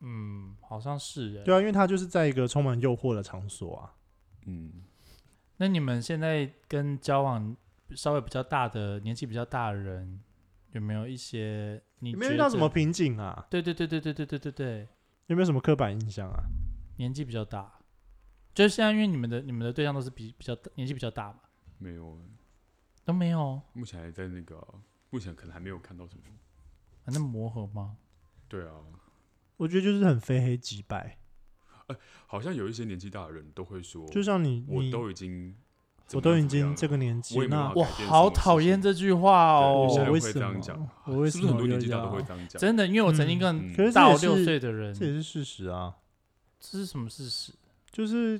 Speaker 2: 嗯，好像是耶。
Speaker 1: 对啊，因为他就是在一个充满诱惑的场所啊。
Speaker 3: 嗯，
Speaker 2: 那你们现在跟交往稍微比较大的、年纪比较大的人，有没有一些你
Speaker 1: 有没有
Speaker 2: 觉
Speaker 1: 遇到
Speaker 2: 得
Speaker 1: 什么？瓶颈啊？
Speaker 2: 对对对对对对对对对，
Speaker 1: 有没有什么刻板印象啊？
Speaker 2: 年纪比较大，就是现在因为你们的你们的对象都是比比较大年纪比较大嘛，
Speaker 3: 没有，
Speaker 2: 都没有，
Speaker 3: 目前还在那个啊，目前可能还没有看到什么。
Speaker 2: 反正磨合吗？
Speaker 3: 对啊，
Speaker 1: 我觉得就是很非黑即白，
Speaker 3: 好像有一些年纪大的人都会说，
Speaker 1: 就像你
Speaker 3: 我
Speaker 1: 你
Speaker 3: 都已经怎
Speaker 1: 我
Speaker 3: 么样
Speaker 1: 都已
Speaker 3: 怎么样
Speaker 1: 经这
Speaker 3: 了
Speaker 1: 个年纪
Speaker 3: 我，也没
Speaker 1: 那
Speaker 3: 办法
Speaker 2: 我
Speaker 3: 改变
Speaker 2: 好
Speaker 3: 什么事
Speaker 2: 讨厌
Speaker 3: 情
Speaker 2: 这句话
Speaker 3: 对有些
Speaker 1: 我
Speaker 3: 人
Speaker 2: 哦，
Speaker 1: 为
Speaker 3: 会
Speaker 1: 什
Speaker 3: 这样
Speaker 1: 么
Speaker 3: 讲
Speaker 1: 我为
Speaker 3: 是
Speaker 1: 什
Speaker 3: 不是很
Speaker 1: 么
Speaker 3: 多
Speaker 1: 又
Speaker 3: 年纪大都
Speaker 1: 要
Speaker 3: 会这样讲？
Speaker 2: 真的，因为我曾经跟
Speaker 3: 嗯
Speaker 1: 可是这
Speaker 2: 大
Speaker 1: 也
Speaker 2: 我六
Speaker 1: 是
Speaker 2: 岁的人，
Speaker 1: 这也是事实啊。
Speaker 2: 这是什么事实？
Speaker 1: 就是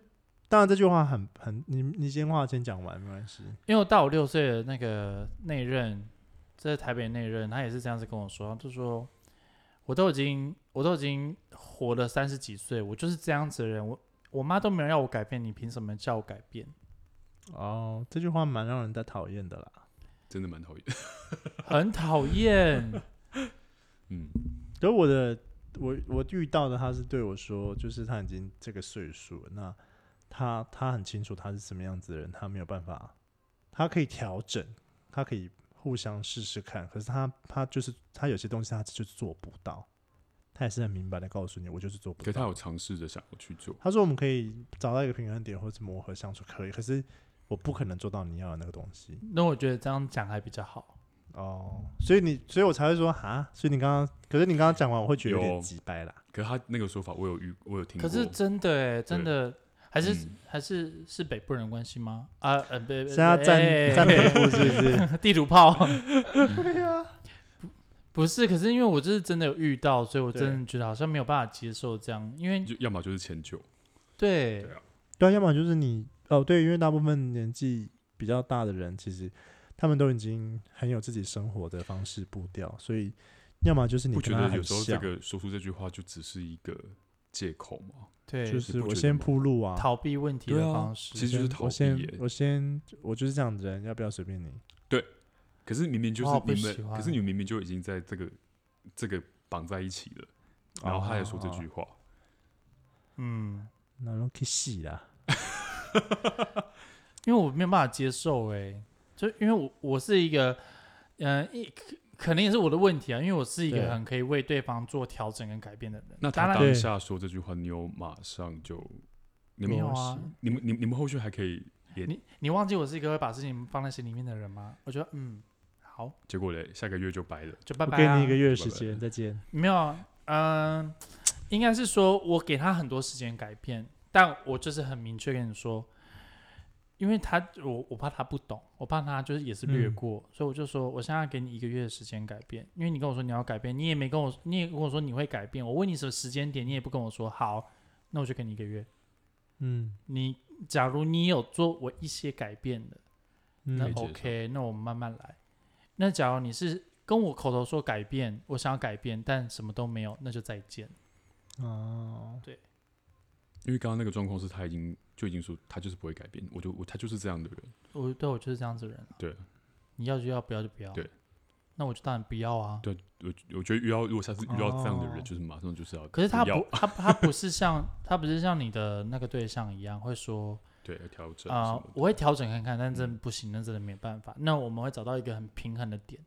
Speaker 1: 当然这句话很很，你你先话先讲完没关系。
Speaker 2: 因为我大我六岁的那个那一任，在台北那一任，他也是这样子跟我说，他就说我都已经我都已经活了三十几岁，我就是这样子的人，我我妈都没有要我改变，你凭什么叫我改变？
Speaker 1: 哦，这句话蛮让人家讨厌的啦。
Speaker 3: 真的蛮讨厌。
Speaker 2: 很讨 厌。
Speaker 3: 嗯，
Speaker 1: 可是我的我我遇到的他是对我说，就是他已经这个岁数了，那他他很清楚他是什么样子的人，他没有办法，他可以调整，他可以互相试试看，可是他他就是他有些东西他就是做不到，他也是很明白的告诉你，我就是做不
Speaker 3: 可是他
Speaker 1: 到。
Speaker 3: 有尝试着想要去做，
Speaker 1: 他说我们可以找到一个平衡点，或是磨合相处可以，可是我不可能做到你要的那个东西
Speaker 2: 那我觉得这样讲还比较好。
Speaker 1: 哦，所以你所以我才会说哈，所以你刚刚，可是你刚刚讲完，我会觉得有
Speaker 3: 有
Speaker 1: 点急掰啦。
Speaker 3: 可是他那个说法我有遇，我有听
Speaker 2: 可
Speaker 3: 过。
Speaker 2: 是真的哎、真的还是、
Speaker 3: 嗯
Speaker 2: 还是是北部人的关系吗？啊呃北
Speaker 1: 现在
Speaker 2: 哎
Speaker 1: 站站北部是不 是？
Speaker 2: 地图炮
Speaker 1: 对啊，
Speaker 2: 不是？可是因为我就是真的有遇到，所以我
Speaker 1: 对
Speaker 2: 真的觉得好像没有办法接受这样，因为
Speaker 3: 就要么就是迁就，
Speaker 2: 对
Speaker 3: 对啊
Speaker 1: 对啊，要么就是你哦，对，因为大部分年纪比较大的人，其实他们都已经很有自己生活的方式步调，所以要么就是你
Speaker 3: 不觉
Speaker 1: 跟他
Speaker 3: 得有
Speaker 1: 很
Speaker 3: 时候这
Speaker 1: 像，
Speaker 3: 个说出这句话就只是一个借口吗？
Speaker 2: 对，
Speaker 1: 就是
Speaker 3: 你不
Speaker 1: 我
Speaker 3: 觉得
Speaker 1: 先
Speaker 3: 吗
Speaker 1: 铺路啊，
Speaker 2: 逃避问题的
Speaker 3: 对啊
Speaker 2: 方式。
Speaker 1: 我
Speaker 3: 其实就是
Speaker 1: 先
Speaker 3: 逃
Speaker 1: 我
Speaker 3: 避
Speaker 1: 先
Speaker 3: 耶
Speaker 1: 我先我就是这样的人，要不要随 便你？
Speaker 3: 可是明明就
Speaker 2: 我好
Speaker 3: 是
Speaker 2: 哦不
Speaker 3: 你
Speaker 2: 喜
Speaker 3: 们，
Speaker 2: 欢
Speaker 3: 可是你们明明就已经在这个这个绑在一起了，然后他也说这句
Speaker 1: 哦，
Speaker 3: 话，
Speaker 2: 嗯，
Speaker 1: 那都可以洗啦。
Speaker 2: 因为我没有办法接受哎、就因为我我是一个，嗯、一可可能也是我的问题啊，因为我是一个
Speaker 1: 对
Speaker 2: 很可以为对方做调整跟改变的人。
Speaker 3: 那
Speaker 2: 当
Speaker 3: 他
Speaker 2: 然
Speaker 1: 对
Speaker 3: 当下说这句话，你有马上就你
Speaker 2: 没
Speaker 3: 们
Speaker 2: 有啊，
Speaker 3: 你们你们你们后续还可以也
Speaker 2: 你你忘记我是一个会把事情放在心里面的人吗？我觉得嗯，好，
Speaker 3: 结果嘞，下个月就掰了。
Speaker 2: 就拜
Speaker 1: 我
Speaker 2: 拜、
Speaker 1: 给
Speaker 2: 啊。
Speaker 1: 你一个月的时
Speaker 3: 拜拜
Speaker 1: 间，再见。
Speaker 2: 没有啊，嗯、应该是说我给他很多时间改变，但我就是很明确跟你说，因为他我我怕他不懂，我怕他就是也是略
Speaker 1: 嗯
Speaker 2: 过，所以我就说我现在给你一个月的时间改变，因为你跟我说你要改变，你也没跟我，你也跟我说你会改变，我问你什么时间点，你也不跟我说，好，那我就给你一个月。
Speaker 1: 嗯，
Speaker 2: 你假如你有做我一些改变的，
Speaker 1: 嗯
Speaker 2: 那
Speaker 3: 理解
Speaker 2: OK，那我们慢慢来。那假如你是跟我口头说改变，我想要改变，但什么都没有，那就再见。
Speaker 1: 哦，
Speaker 3: 因为刚刚那个状况是他已经就已经说他就是不会改变，我就我他就是这样的人，
Speaker 2: 我对我就是这样子的人、啊。
Speaker 3: 对，
Speaker 2: 你要就要，不要就不要。
Speaker 3: 对，
Speaker 2: 那我就当然不要啊。
Speaker 3: 对我我觉得遇到如果下次遇到这样的人，
Speaker 1: 哦
Speaker 3: 就是马上就是要
Speaker 2: 可是他
Speaker 3: 要
Speaker 2: 不，他他不是像他不是像你的那个对象一样会说
Speaker 3: 对要调整
Speaker 2: 啊、
Speaker 3: 什么的嗯
Speaker 2: 我会调整看看，但真的不行，那真的没办法。那我们会找到一个很平衡的点。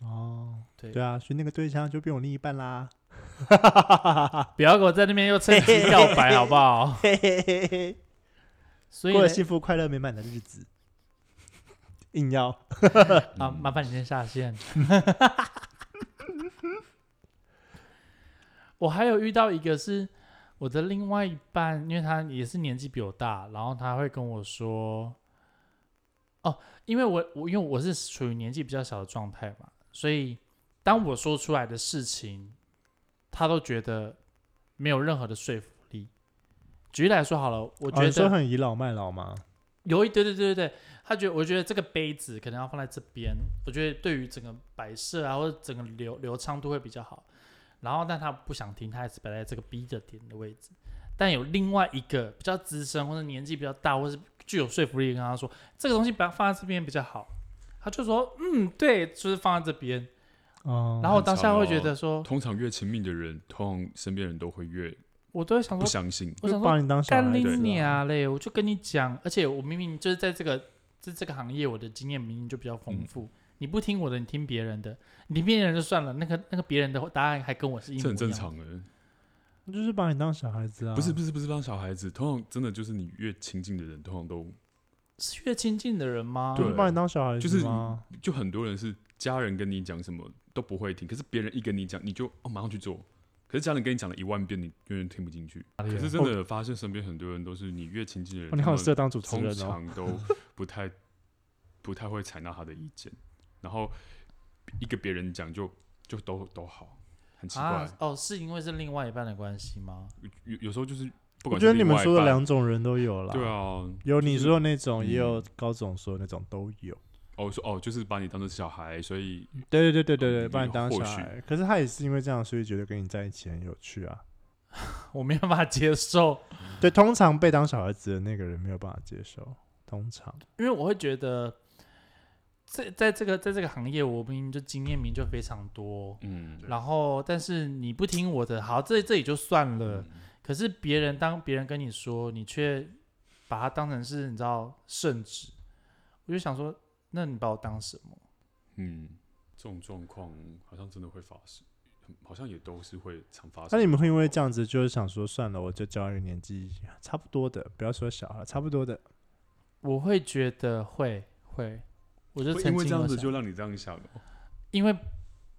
Speaker 1: 哦，
Speaker 2: 对
Speaker 1: 对啊，所以那个对象就变我另一半啦。
Speaker 3: 啊
Speaker 2: 不要给我在那边又趁机告白，好不好？
Speaker 1: 嘿嘿嘿嘿。
Speaker 2: 所以
Speaker 1: 过
Speaker 2: 呢
Speaker 1: 了幸福、快乐、美满的日子。 硬要
Speaker 2: 啊，
Speaker 3: 嗯
Speaker 2: 麻烦你先下线。 我还有遇到一个是我的另外一半，因为他也是年纪比我大，然后他会跟我说，哦，因为我我因为我是属于年纪比较小的状态嘛，所以当我说出来的事情，他都觉得没有任何的说服力。举例来说好了，我
Speaker 1: 我
Speaker 2: 觉
Speaker 1: 啊哦说
Speaker 2: 得、
Speaker 1: 很倚老卖老嘛，
Speaker 2: 有一对对对对对，他觉得我觉得这个杯子可能要放在这边，我觉得对于整个摆设啊或者整个流流畅度会比较好。然后，但他不想听，他还是摆在这个 B 的点的位置。但有另外一个比较资深或者年纪比较大，或是具有说服力，跟他说这个东西把它放在这边比较好，他就说嗯对，就是放在这边。
Speaker 1: 哦，
Speaker 2: 然后我当下会觉得说，
Speaker 3: 通常越亲密的人，通常身边人都会越
Speaker 2: 我都会想
Speaker 3: 不
Speaker 2: 说
Speaker 3: 相信。
Speaker 2: 我想
Speaker 1: 就
Speaker 2: 说
Speaker 1: 把你当小
Speaker 2: 干
Speaker 1: 孩
Speaker 2: 你
Speaker 1: 子啊，
Speaker 2: 娘嘞！我就跟你讲，而且我明明就是在这个在这个行业，我的经验明明就比较丰富。
Speaker 3: 嗯
Speaker 2: 你不听我的，你听别人的，你听别人就算了，那个那个别人的答案还跟我是一模一
Speaker 3: 这很正
Speaker 2: 样的，
Speaker 3: 常的，
Speaker 1: 就是把你当小孩子啊，
Speaker 3: 不是不是不是当小孩子，通常真的就是你越亲近的人，通常都
Speaker 2: 是越亲近的人吗？
Speaker 1: 就是
Speaker 3: 对啊
Speaker 1: 把你当小孩子
Speaker 3: 就是
Speaker 1: 吗？
Speaker 3: 就很多人是家人跟你讲什么都不会听，可是别人一跟你讲，你就哦马上去做。可是家人跟你讲了一万遍，你永远听不进去。可是真的发现身边很多人都是你越亲近的人，
Speaker 1: 啊哦你
Speaker 3: 他
Speaker 1: 好
Speaker 3: 们
Speaker 1: 适合当主持
Speaker 3: 通
Speaker 1: 人哦，
Speaker 3: 常都不太不太会采纳他的意见，然后一个别人讲就就都都好，很奇怪。
Speaker 2: 啊，哦，是因为是另外一半的关系吗？
Speaker 3: 有有时候就是不
Speaker 1: 我
Speaker 3: 管
Speaker 1: 觉得
Speaker 3: 是
Speaker 1: 你
Speaker 3: 另
Speaker 1: 们
Speaker 3: 外一
Speaker 1: 说的
Speaker 3: 半
Speaker 1: 两种人都有啦，
Speaker 3: 对，啊，
Speaker 1: 有你
Speaker 3: 就是
Speaker 1: 说的那种，也有
Speaker 3: 嗯
Speaker 1: 高总说的那种都有。
Speaker 3: 哦我说哦，就是把你当做小孩，所以
Speaker 1: 对对对对对对，
Speaker 3: 嗯
Speaker 1: 把你当小
Speaker 3: 或
Speaker 1: 孩。可是他也是因为这样，所以觉得跟你在一起很有趣啊。
Speaker 2: 我没有办法接受，
Speaker 1: 对，通常被当小孩子的那个人没有办法接受，通常
Speaker 2: 因为我会觉得，在在这个在这个行业，我明明就经验明明就非常多，
Speaker 3: 嗯，
Speaker 2: 然后但是你不听我的，好，这这也就算了。可是别人当别人跟你说，你却把它当成是你知道圣旨，我就想说，那你把我当什么？
Speaker 3: 嗯，这种状况好像真的会发生，好像也都是会常发生。
Speaker 1: 那你们会因为这样子，就是想说算了，我就交一个年纪差不多的，不要说小孩，差不多的。
Speaker 2: 我会觉得会会，我就
Speaker 3: 会
Speaker 2: 曾
Speaker 3: 因为
Speaker 2: 经
Speaker 3: 这样子
Speaker 2: 有想
Speaker 3: 就让你这样想哦
Speaker 2: 因为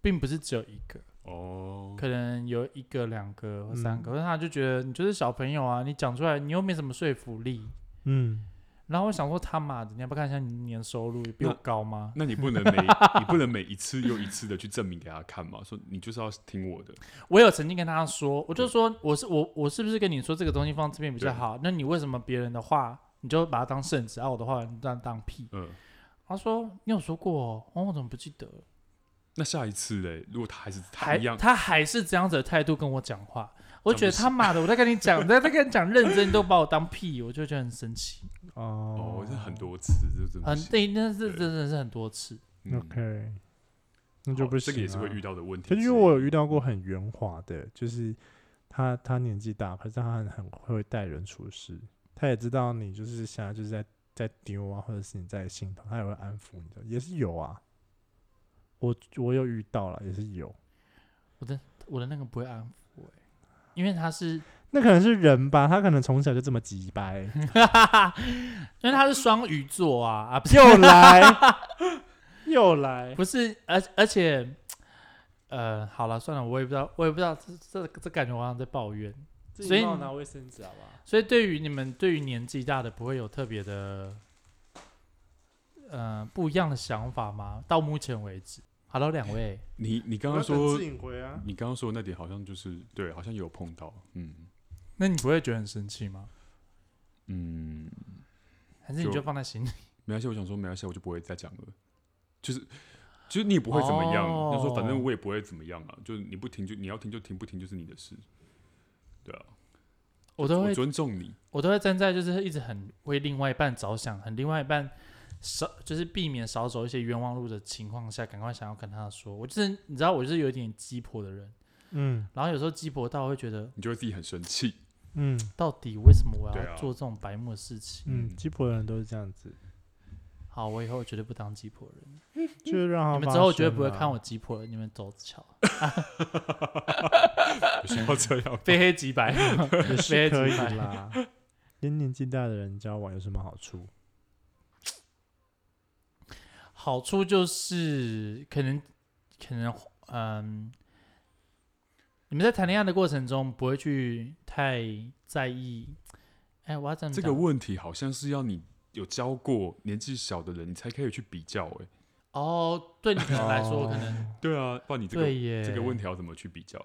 Speaker 2: 并不是只有一个，
Speaker 3: 哦，
Speaker 2: 可能有一个、两个或三
Speaker 1: 嗯
Speaker 2: 个，可是他就觉得你就是小朋友啊，你讲出来你又没什么说服力。
Speaker 1: 嗯，
Speaker 2: 然后我想说他妈的，你要不要看一下你年收入比我
Speaker 3: 那
Speaker 2: 高吗？
Speaker 3: 那你不 能每你不能每一次又一次的去证明给他看嘛，说你就是要听我的，
Speaker 2: 我有曾经跟他说，我就说我是我我是不是跟你说这个东西放这边比较好？那你为什么别人的话你就把它当圣旨，啊我的话你当当屁？
Speaker 3: 嗯。
Speaker 2: 他说你有说过哦，哦我怎么不记得？
Speaker 3: 那下一次嘞，如果他还是他
Speaker 2: 还
Speaker 3: 一样，
Speaker 2: 他还是这样子的态度跟我讲话，我觉得
Speaker 3: 这样不行
Speaker 2: 他妈的我在跟你讲，我在跟你讲认真，你都把我当屁，我就觉得很生气，
Speaker 1: 哦
Speaker 3: 哦，这很多次，这真的
Speaker 2: 很
Speaker 3: 不行
Speaker 2: 对，那是真的是很多次。
Speaker 3: 嗯
Speaker 1: OK，那就
Speaker 3: 好
Speaker 1: 不行、
Speaker 3: 这个啊也是会遇。到的问题
Speaker 1: 可
Speaker 3: 之一。
Speaker 1: 是因为我有遇到过很圆滑的，就是他他年纪大，可是他很很会待人处事，他也知道你就是现在就是在在丢啊，或者是你在心疼，他也会安抚你的，也是有啊。我我有遇到了，也是有。
Speaker 2: 我的那个不会安抚我、欸，因为他是
Speaker 1: 那可能是人吧，他可能从小就这么急掰，
Speaker 2: 因为他是双鱼座啊啊不是
Speaker 1: 又来又来，
Speaker 2: 不是，而而且，呃，好了，算了，我也不知道，我也不知道，这这这感觉我好像在抱怨。所以
Speaker 1: 帮我卫生纸好不好？
Speaker 2: 所以对于你们，对于年纪大的，不会有特别的，呃，不一样的想法吗？到目前为止，Hello，两位，
Speaker 3: 你，你刚
Speaker 1: 不要
Speaker 3: 刚说
Speaker 1: 等，自己回啊，
Speaker 3: 你刚刚说的那点好像就是对，好像有碰到，嗯
Speaker 2: 那你不会觉得很生气吗？
Speaker 3: 嗯，
Speaker 2: 还是你
Speaker 3: 就
Speaker 2: 就放在心里？
Speaker 3: 没关系，我想说没关系，我就不会再讲了，就是就是你也不会怎么样，啊
Speaker 2: 哦
Speaker 3: 就说反正我也不会怎么样啊，就是你不听就你要听就听，不听就是你的事，对啊，
Speaker 2: 我都
Speaker 3: 我
Speaker 2: 会，
Speaker 3: 尊重你，
Speaker 2: 我都会站在就是一直很为另外一半着想，很另外一半少就是避免少走一些冤枉路的情况下，赶快想要跟他说。我就是你知道，我就是有一点鸡婆的人。
Speaker 1: 嗯
Speaker 2: 然后有时候鸡婆到会觉得，
Speaker 3: 你就会自己很生气，
Speaker 1: 嗯
Speaker 2: 到底为什么我
Speaker 3: 对
Speaker 2: 要
Speaker 3: 啊
Speaker 2: 做这种白目的事情？
Speaker 1: 嗯，鸡婆的人都是这样子，
Speaker 2: 好，我以后绝对不当鸡婆人。
Speaker 1: 就是让他
Speaker 2: 嗯
Speaker 1: 啊
Speaker 2: 你们之后绝对不会 看我鸡婆了，你们走巧，。
Speaker 3: 不需要这样
Speaker 2: 非黑即 白。
Speaker 1: 也
Speaker 2: 别
Speaker 1: 是
Speaker 2: 急
Speaker 1: 可以
Speaker 2: 掰
Speaker 1: 啦。 跟年纪大的人交往有什么好处？
Speaker 2: 好处就是可能可能嗯，你们在谈恋爱的过程中不会去太在意。哎，我要这么
Speaker 3: 这
Speaker 2: 讲
Speaker 3: 个问题好像是要你有教过年纪小的人，你才可以去比较、欸，
Speaker 2: 哦，对你可能来说，可能
Speaker 1: 哦
Speaker 3: 对啊，不然你这个
Speaker 2: 对耶
Speaker 3: 这个问题要怎么去比较？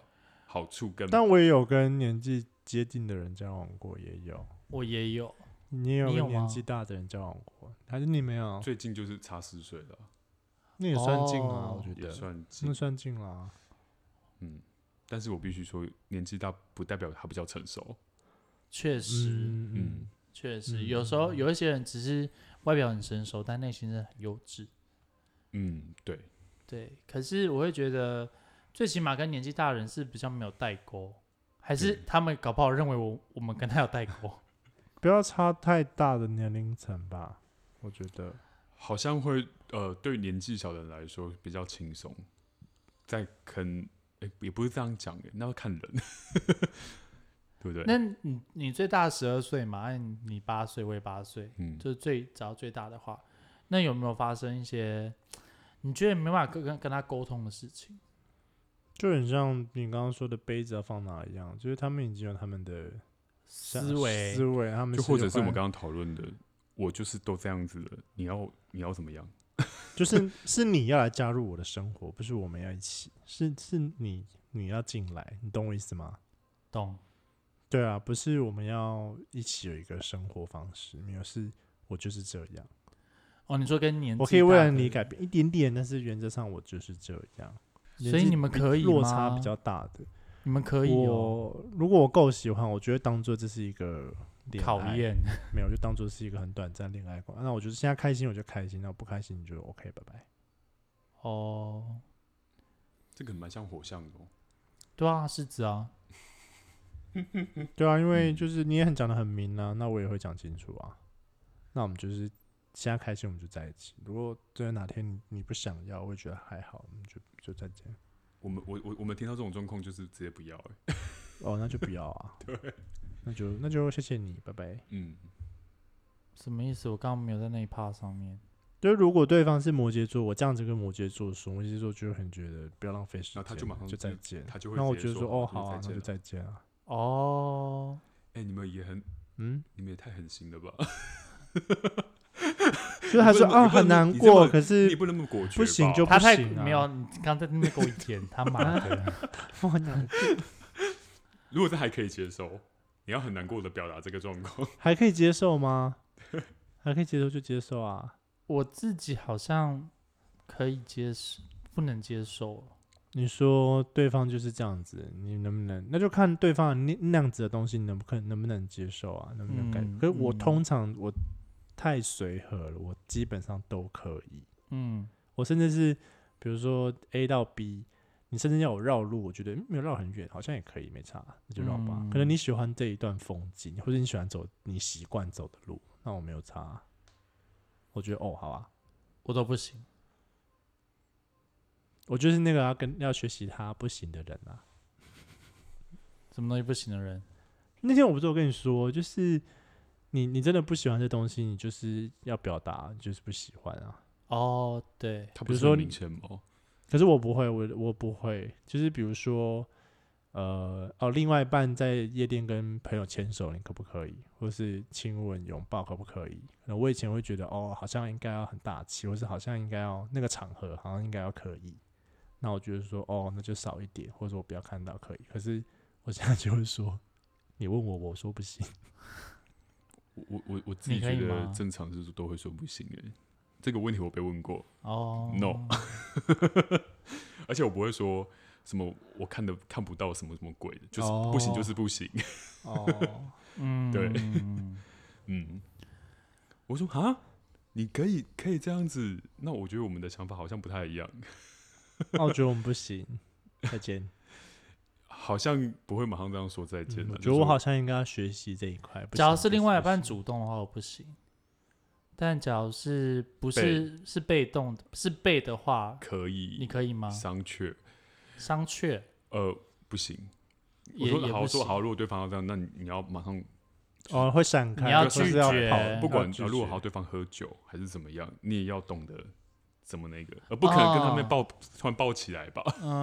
Speaker 3: 好处跟
Speaker 2: 嗯
Speaker 1: 但我也有跟年纪接近的人交往过，也有。
Speaker 2: 我也有，
Speaker 1: 你也有
Speaker 2: 你
Speaker 1: 跟
Speaker 2: 有吗
Speaker 1: 年纪大的人交往过，还是你没有？
Speaker 3: 最近就是差四岁了，
Speaker 1: 那也算近啊，
Speaker 2: 哦
Speaker 1: 我觉
Speaker 3: 也
Speaker 1: 得
Speaker 3: 算近
Speaker 1: 那算近啊啦。
Speaker 3: 嗯，但是我必须说，年纪大不代表他比较成熟。
Speaker 2: 确实，
Speaker 1: 嗯嗯
Speaker 3: 嗯，
Speaker 2: 确实，
Speaker 1: 嗯
Speaker 2: 有时候有一些人只是外表很成熟，但内心是很幼稚。
Speaker 3: 嗯，对，
Speaker 2: 对，可是我会觉得，最起码跟年纪大的人是比较没有代沟，还是
Speaker 3: 对
Speaker 2: 他们搞不好认为我我们跟他有代沟。
Speaker 1: 不要差太大的年龄层吧，我觉得。
Speaker 3: 好像会呃，对年纪小的人来说比较轻松，在肯、诶也不是这样讲诶，那要看人， 对不对？
Speaker 2: 那你你最大十二岁嘛，那你你八岁，我也八岁，
Speaker 3: 嗯，
Speaker 2: 就是最只要最大的话，那有没有发生一些你觉得没办法跟跟跟他沟通的事情？
Speaker 1: 就很像你刚刚说的杯子要放哪一样，就是他们已经有他们的想
Speaker 2: 思维
Speaker 1: 思维，他们
Speaker 3: 就或者是我
Speaker 1: 会
Speaker 3: 们刚刚讨论的，我就是都这样子了，你要你要怎么样？
Speaker 1: 就是是你要来加入我的生活，不是我们要一起，是是你你要进来，你懂我意思吗？
Speaker 2: 懂？
Speaker 1: 对啊，不是我们要一起有一个生活方式，没有是我就是这样，
Speaker 2: 哦，你说跟年纪
Speaker 1: 我可以为
Speaker 2: 大
Speaker 1: 了
Speaker 2: 的
Speaker 1: 你
Speaker 2: 人
Speaker 1: 改，变一点点，但是原则上我就是这样。
Speaker 2: 所以你们
Speaker 1: 比
Speaker 2: 可以
Speaker 1: 落差
Speaker 2: 吗
Speaker 1: 比较大的，
Speaker 2: 你们可以哦。
Speaker 1: 我如果我够喜欢，我觉得当做这是一个恋
Speaker 2: 考
Speaker 1: 爱
Speaker 2: 验，
Speaker 1: 没有，就当做是一个很短暂恋爱观。那我就是现在开心我就开心，那我不开心就 OK，拜拜。
Speaker 2: 哦，
Speaker 3: 这个蛮像火象的、哦，
Speaker 2: 对啊，狮子啊，
Speaker 1: 对啊，因为
Speaker 3: 嗯
Speaker 1: 就是你也很讲的很明啊，那我也会讲清楚啊。那我们就是现在开心我们就在一起，如果真的哪天你你不想要，我也觉得还好，我们就就再见。
Speaker 3: 我们我我我们听到这种状况就是直接不要、欸，
Speaker 1: 哦，那就不要 啊。对，那就那就谢谢你，拜拜。
Speaker 3: 嗯，
Speaker 2: 什么意思？我刚刚没有在那一趴上面。
Speaker 1: 就是如果对方是摩羯座，我这样子跟摩羯座说，摩羯座就会很觉得不要浪费时间，
Speaker 3: 然后他就马上
Speaker 1: 就
Speaker 3: 就
Speaker 1: 再见。
Speaker 3: 他就会
Speaker 1: 那我
Speaker 3: 直
Speaker 1: 觉
Speaker 3: 接
Speaker 1: 得说，
Speaker 3: 说
Speaker 1: 哦，
Speaker 3: 好
Speaker 1: 好啊，
Speaker 3: 那
Speaker 1: 那
Speaker 3: 就
Speaker 1: 就
Speaker 3: 再
Speaker 1: 再见啊。
Speaker 2: 哦，
Speaker 3: 哎、你们也很
Speaker 1: 嗯，
Speaker 3: 你们也太狠心了吧？
Speaker 1: 就是他说
Speaker 3: 你不
Speaker 1: 啊
Speaker 3: 能你不能
Speaker 1: 很难
Speaker 3: 你这
Speaker 1: 过，
Speaker 3: 么
Speaker 1: 可
Speaker 3: 你
Speaker 1: 是
Speaker 3: 也不能那么果决吧，
Speaker 1: 不行就
Speaker 2: 他
Speaker 1: 不
Speaker 2: 太
Speaker 1: 行啊
Speaker 2: 没有，你刚才在那边给我演，他妈的，
Speaker 1: 啊 我很难
Speaker 3: 如果这还可以接受，你要很难过的表达这个状况。
Speaker 1: 还可以接受吗？ 还可以接受就接受啊。
Speaker 2: 我自己好像可以接受，不能接受。
Speaker 1: 你说对方就是这样子，你能不能？那就看对方那那样子的东西能不能能不能接受啊，能不能改？
Speaker 2: 嗯
Speaker 1: 可是我
Speaker 2: 嗯
Speaker 1: 通常我太随和了，我基本上都可以。
Speaker 2: 嗯，
Speaker 1: 我甚至是比如说 A 到 B，你甚至要我绕路，我觉得嗯没有绕很远，好像也可以，没差，那就绕吧。可能
Speaker 2: 嗯
Speaker 1: 你喜欢这一段风景，或者你喜欢走你习惯走的路，那我没有差啊。我觉得哦，好啊，
Speaker 2: 我都不行。
Speaker 1: 我就是那个要跟要学习他不行的人啊。
Speaker 2: 什么东西不行的人？
Speaker 1: 那天我不是有跟你说，就是你你真的不喜欢这东西，你就是要表达，你就是不喜欢啊。
Speaker 2: 哦，对，
Speaker 3: 他
Speaker 1: 不是很明
Speaker 3: 显吗？哦
Speaker 1: 可是我不会，我我不会，就是比如说，呃，哦，另外一半在夜店跟朋友牵手，你可不可以？或是亲吻、拥抱，可不可以？可能我以前会觉得，哦，好像应该要很大气，或是好像应该要那个场合，好像应该要可以。那我觉得说，哦，那就少一点，或者我不要看到可以。可是我现在就会说，你问我，我说不行。
Speaker 3: 我我我我自
Speaker 2: 你
Speaker 3: 己
Speaker 2: 可
Speaker 3: 觉
Speaker 2: 以
Speaker 3: 得
Speaker 2: 吗
Speaker 3: 正常是都会说不行哎、这个问题我被问过，
Speaker 2: 哦
Speaker 3: No 而且我不会说什么我看的看不到什么什么鬼的，就是
Speaker 1: 哦
Speaker 3: 不行就是不行。
Speaker 1: 哦，
Speaker 2: 嗯，
Speaker 3: 对 嗯，我说哈，你可以可以这样子，那我觉得我们的想法好像不太一样，
Speaker 1: 那哦我觉得我们不行，再见。
Speaker 3: 好像不会马上这样说再见
Speaker 1: 嗯
Speaker 3: 了。
Speaker 1: 我觉
Speaker 3: 就
Speaker 1: 得
Speaker 3: 是
Speaker 1: 我好像应该要学习这一块。不
Speaker 2: 只要
Speaker 1: 行
Speaker 2: 是另外一，
Speaker 1: 不
Speaker 2: 半
Speaker 1: 行
Speaker 2: 主动的话，我不行。但假如是不是是被动的，是被的话，
Speaker 3: 可
Speaker 2: 你
Speaker 3: 以
Speaker 2: 可以吗？
Speaker 3: 商榷，
Speaker 2: 商榷
Speaker 3: 呃，不行。我
Speaker 2: 也
Speaker 3: 说
Speaker 2: 也
Speaker 3: 好，
Speaker 2: 不
Speaker 3: 我说
Speaker 2: 行。
Speaker 3: 好，如果对方要这样，那你你要马上
Speaker 1: 哦，会闪开，
Speaker 2: 要
Speaker 1: 或是
Speaker 2: 拒
Speaker 1: 要
Speaker 2: 绝啊
Speaker 1: 跑
Speaker 3: 不管
Speaker 1: 要拒
Speaker 3: 呃，如果
Speaker 1: 绝
Speaker 3: 好，对方喝酒还是怎么样，你也要懂得怎么那个，呃，不可能跟他们
Speaker 2: 哦
Speaker 3: 抱、突然抱起来吧？
Speaker 2: 嗯，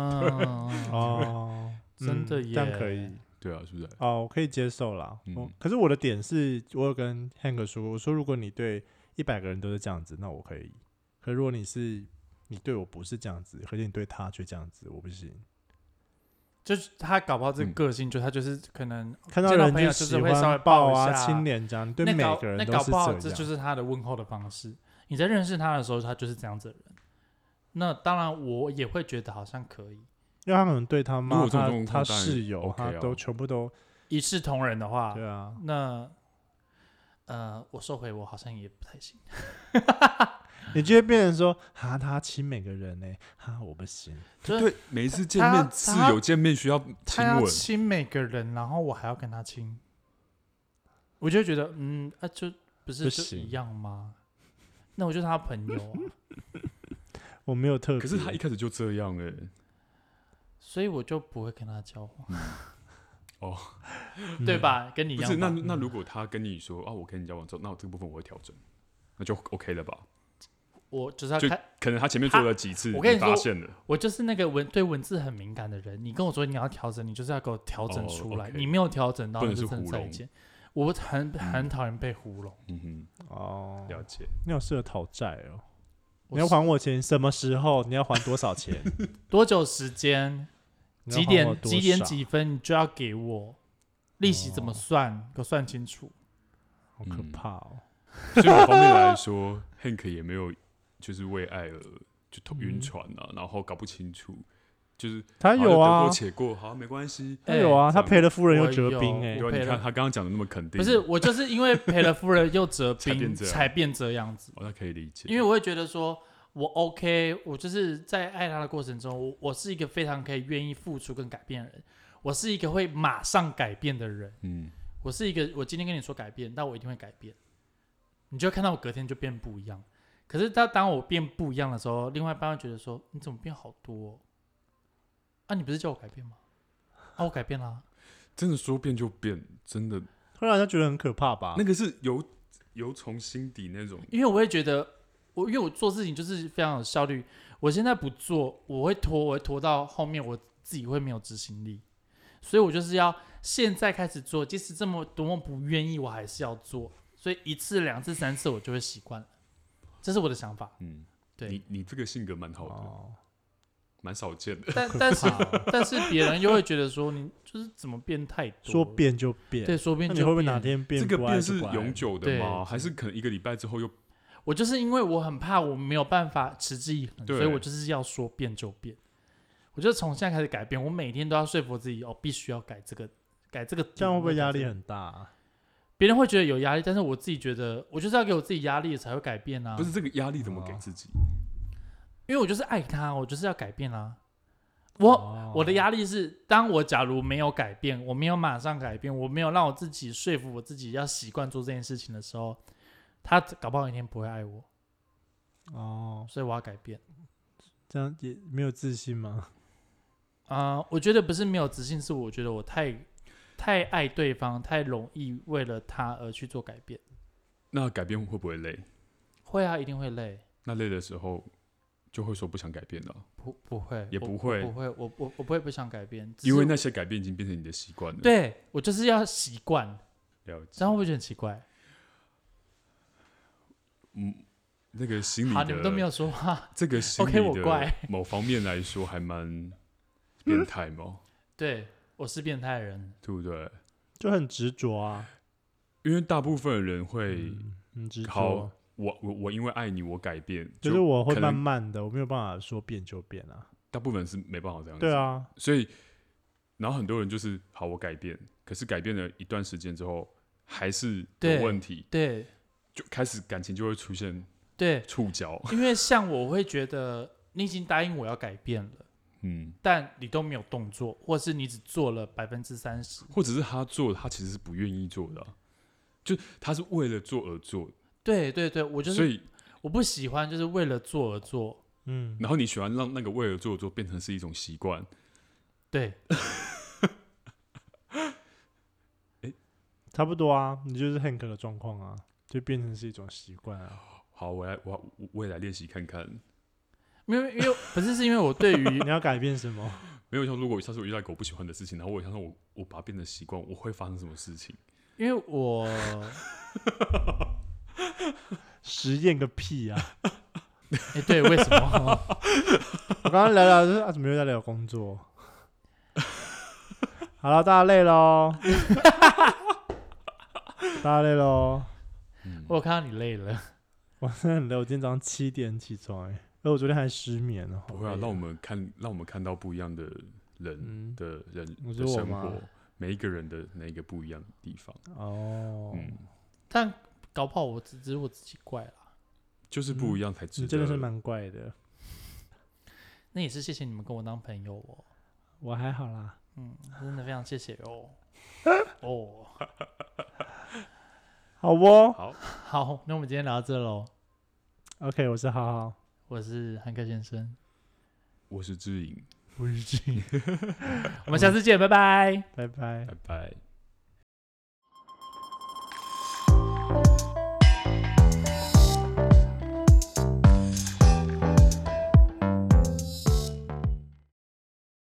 Speaker 1: 哦，
Speaker 2: 真的
Speaker 1: 嗯这
Speaker 2: 耶
Speaker 1: 样可以
Speaker 3: 对啊，是不是？
Speaker 1: 哦，我可以接受啦。我
Speaker 3: 嗯
Speaker 1: 可是我的点是，我有跟 Hank 说过，我说如果你对一百个人都是这样子，那我可以；可如果 你是你对我不是这样子，可是你对他却这样子，我不行。
Speaker 2: 就是他搞不好这个
Speaker 3: 嗯
Speaker 2: 个性，就他就是可能
Speaker 1: 看到
Speaker 2: 见到
Speaker 1: 人
Speaker 2: 朋友就
Speaker 1: 喜
Speaker 2: 是会稍微
Speaker 1: 欢
Speaker 2: 抱一
Speaker 1: 啊、
Speaker 2: 下
Speaker 1: 亲脸这样，嗯你对
Speaker 2: 那
Speaker 1: 每
Speaker 2: 搞
Speaker 1: 个人
Speaker 2: 那
Speaker 1: 都
Speaker 2: 搞
Speaker 1: 是
Speaker 2: 不啊好这
Speaker 1: 样。
Speaker 2: 就是他的问候的方式。你在认识他的时候，他就是这样子的人。那当然，我也会觉得好像可以
Speaker 1: 因为他们对他
Speaker 3: 如
Speaker 1: 妈、
Speaker 3: 果这种
Speaker 1: 他
Speaker 3: 状况
Speaker 1: 他
Speaker 3: 当然
Speaker 1: 室友、
Speaker 3: OK 啊
Speaker 1: 他都全部都
Speaker 2: 一视同仁的话，
Speaker 1: 对啊，
Speaker 2: 那呃，我收回我好像也不太行。
Speaker 1: 你就会变成说哈他亲每个人呢、哈我不行，
Speaker 2: 就是
Speaker 3: 对，每一次见
Speaker 2: 他
Speaker 3: 面，室友见面需要亲
Speaker 2: 他要
Speaker 3: 吻，
Speaker 2: 亲每个人，然后我还要跟他亲，我就会觉得嗯啊，就不是
Speaker 1: 不
Speaker 2: 就
Speaker 1: 行
Speaker 2: 一样吗？那我就是他朋友、啊，
Speaker 1: 我没有特别。
Speaker 3: 可是他一开始就这样哎、
Speaker 2: 所以我就不会跟他交往，
Speaker 1: 嗯
Speaker 2: 对？吧？嗯跟你一
Speaker 3: 哦不
Speaker 2: 样
Speaker 3: 是，那
Speaker 2: 吧
Speaker 3: 那如果他跟你说啊，我跟你交往之后，那我这个部分我会调整，那就 OK 了吧？
Speaker 2: 我就是要
Speaker 3: 就
Speaker 2: 看
Speaker 3: 可能他前面
Speaker 2: 他
Speaker 3: 做了几次，
Speaker 2: 我跟你说
Speaker 3: 发现了，
Speaker 2: 我就是那个文对文字很敏感的人，你跟我说你要调整，你就是要给我调整
Speaker 3: 哦
Speaker 2: 出来。
Speaker 3: OK
Speaker 2: 你没有调整到，
Speaker 3: 不
Speaker 2: 那
Speaker 3: 能
Speaker 2: 就是真的
Speaker 3: 糊
Speaker 2: 再
Speaker 3: 弄
Speaker 2: 见。我很很讨厌被糊弄。
Speaker 3: 嗯
Speaker 1: 哦
Speaker 3: 哼，，了解。
Speaker 1: 你好适合讨债哦。
Speaker 2: 我
Speaker 1: 你要
Speaker 2: 是
Speaker 1: 还我钱，什么时候？你要还多少 钱？
Speaker 2: 多久时间？
Speaker 1: 你要
Speaker 2: 几
Speaker 1: 还我
Speaker 2: 点
Speaker 1: 多
Speaker 2: 几点
Speaker 1: 少？
Speaker 2: 几分你就要给我利息怎
Speaker 3: 哦
Speaker 2: 么算？给我算清楚。
Speaker 1: 好可
Speaker 3: 嗯
Speaker 1: 怕哦！
Speaker 3: 所以某方面来说 ，Hank 也没有就是为爱而就
Speaker 2: 嗯
Speaker 3: 头晕船啊，然后搞不清楚，就是
Speaker 1: 他有
Speaker 3: 好
Speaker 1: 啊
Speaker 3: 就得过，且过，好没关系。
Speaker 1: 他有啊，
Speaker 3: 哎
Speaker 1: 他赔了夫人又
Speaker 2: 我
Speaker 1: 折
Speaker 2: 有
Speaker 1: 兵哎、
Speaker 3: 对啊，
Speaker 2: 我配
Speaker 3: 你
Speaker 2: 了
Speaker 3: 看他刚刚讲的那么肯定，
Speaker 2: 哎不是，我就是因为赔了夫人又折
Speaker 3: 才变
Speaker 2: 兵，
Speaker 3: 这样
Speaker 2: 才变这样子。
Speaker 3: 哦，那可以理解，
Speaker 2: 因为我会觉得说，我 OK，我就是在爱他的过程中，我我是一个非常可以愿意付出跟改变的人，我是一个会马上改变的人，
Speaker 3: 嗯，
Speaker 2: 我是一个我今天跟你说改变，但我一定会改变，你就会看到我隔天就变不一样。可是当当我变不一样的时候，另外一半会觉得说，你怎么变好多、哦啊，你不是叫我改变吗？啊，我改变啦、
Speaker 3: 真的说变就变，真的
Speaker 1: 会让人家觉得很可怕
Speaker 2: 啊
Speaker 1: 吧？
Speaker 3: 那个是由由从心底那种，
Speaker 2: 因为我会觉得，我因为我做事情就是非常有效率，我现在不做，我会拖，我会拖到后面我自己会没有执行力，所以我就是要现在开始做，即使这么多么不愿意，我还是要做，所以一次、两次、三次我就会习惯了，这是我 的想法。
Speaker 3: 嗯，
Speaker 2: 对
Speaker 3: 你你这个性格蛮好的，
Speaker 1: 哦，
Speaker 3: 蛮少见的，
Speaker 2: 但但是但是别人又会觉得说你就是怎么变太多了，
Speaker 1: 说变就变，
Speaker 2: 对说
Speaker 1: 那
Speaker 2: 变就
Speaker 1: 你会不会
Speaker 2: 变
Speaker 1: 哪天变？
Speaker 3: 这个
Speaker 1: 不爱
Speaker 3: 变
Speaker 1: 就是啊不爱
Speaker 3: 永久的
Speaker 2: 对
Speaker 3: 吗？还是可能一个礼拜之后又
Speaker 2: 我就是因为我很怕我没有办法持之以恒，
Speaker 3: 对
Speaker 2: 所以我就是要说变就变。我就从现在开始改变，我每天都要说服自己，哦，必须要改这个，改这个点。
Speaker 1: 这样会不会压力
Speaker 2: 改这个？
Speaker 1: 很大、啊？
Speaker 2: 别人会觉得有压力，但是我自己觉得，我就是要给我自己压力才会改变啊。
Speaker 3: 不是，这个压力怎么给
Speaker 1: 哦
Speaker 3: 自己？
Speaker 2: 因为我就是爱他，我就是要改变啊。我、
Speaker 1: 哦
Speaker 2: 我的压力是，当我假如没有改变，我没有马上改变，我没有让我自己说服我自己要习惯做这件事情的时候，他搞不好有一天不会爱我，
Speaker 1: 哦，
Speaker 2: 所以我要改变。
Speaker 1: 这样也没有自信吗？
Speaker 2: 啊、我觉得不是没有自信，是我觉得我太太爱对方，太容易为了他而去做改变。
Speaker 3: 那改变会不会累？
Speaker 2: 会啊，一定会累。
Speaker 3: 那累的时候就会说不想改变了，
Speaker 2: 不，不会，
Speaker 3: 也
Speaker 2: 我
Speaker 3: 不会
Speaker 2: 我不会，我我我不会不想改变，只
Speaker 3: 因
Speaker 2: 是
Speaker 3: 为
Speaker 2: 我
Speaker 3: 那些改变已经变成你的习惯了。，
Speaker 2: 对我就是要习惯，
Speaker 3: 了解
Speaker 2: 这。样会不会觉得很奇怪？
Speaker 3: 那个心理
Speaker 2: 好，你们都没
Speaker 3: 的
Speaker 2: 有说话。
Speaker 3: 这个心理
Speaker 2: OK，我
Speaker 3: 的
Speaker 2: 怪
Speaker 3: 某方面来说，还蛮变态嘛，
Speaker 2: 对，我是变态人，
Speaker 3: 对不对？
Speaker 1: 就很执着啊，
Speaker 3: 因为大部分的人会，
Speaker 1: 嗯，很执着
Speaker 3: 好。我我我因为爱你，我改变，
Speaker 1: 就是我会
Speaker 3: 可能
Speaker 1: 慢慢的，我没有办法说变就变啊。
Speaker 3: 大部分人是没办法这样。
Speaker 1: 对，啊，
Speaker 3: 所以然后很多人就是好，我改变，可是改变了一段时间之后，还是有
Speaker 2: 对
Speaker 3: 问题，
Speaker 2: 对
Speaker 3: 就开始感情就会出现
Speaker 2: 对，
Speaker 3: 触礁。
Speaker 2: 因为像我会觉得你已经答应我要改变了，
Speaker 3: 嗯，
Speaker 2: 但你都没有动作，或是你只做了百分之三十，
Speaker 3: 或者是他做的，他其实是不愿意做的啊、就他是为了做而做，
Speaker 2: 对对对，我就是
Speaker 3: 所以
Speaker 2: 我不喜欢就是为了做而做，
Speaker 1: 嗯，
Speaker 3: 然后你喜欢让那个为了做而做变成是一种习惯，
Speaker 2: 对，
Speaker 1: 差不多啊，你就是 Hank 的状况啊，就变成是一种习惯 啊。
Speaker 3: 好，我来，我我我也来练习看看。
Speaker 2: 没有，因为不是是因为我对 于
Speaker 1: 你要改变什 么？
Speaker 3: 没有像如果下次我遇到一个我不喜欢的事情，然后我想想我我把它变成习惯，我会发生什么事情？
Speaker 2: 因为我
Speaker 1: 实验个屁啊！
Speaker 2: 哎、对，为什么？
Speaker 1: 我刚刚聊聊就是啊，怎么又在聊工作？好了，大家累喽，大家累喽。
Speaker 3: 嗯
Speaker 1: 哦
Speaker 2: 我有看到你累了，
Speaker 1: 我真 的很累，我今天早上七点起床、欸，哎，而我昨天还失眠哦呢。
Speaker 3: 不会啊，
Speaker 1: 好累
Speaker 3: 让我们看，让我们看到不一样的人
Speaker 1: 嗯
Speaker 3: 的人
Speaker 1: 你
Speaker 3: 的
Speaker 1: 说我
Speaker 3: 生
Speaker 1: 吗
Speaker 3: 活，每一个人的那一个不一样的地方。
Speaker 1: 哦，
Speaker 3: 嗯，
Speaker 2: 但搞不好我只只是我自己怪啦。
Speaker 3: 就是不一样才值
Speaker 1: 嗯你
Speaker 3: 得。
Speaker 1: 真的是蛮怪的，
Speaker 2: 那也是谢谢你们跟我当朋友哦，
Speaker 1: 我还好啦。
Speaker 2: 嗯，真的非常谢谢 哦。哦，
Speaker 1: 好哦
Speaker 3: 好，
Speaker 2: 好，那我们今天聊到这喽。
Speaker 1: ，OK，我是好好，
Speaker 2: 我是汉克先生，
Speaker 3: 我是志颖，
Speaker 2: 我是我们下次见，拜拜。
Speaker 1: 拜拜
Speaker 3: 拜。拜。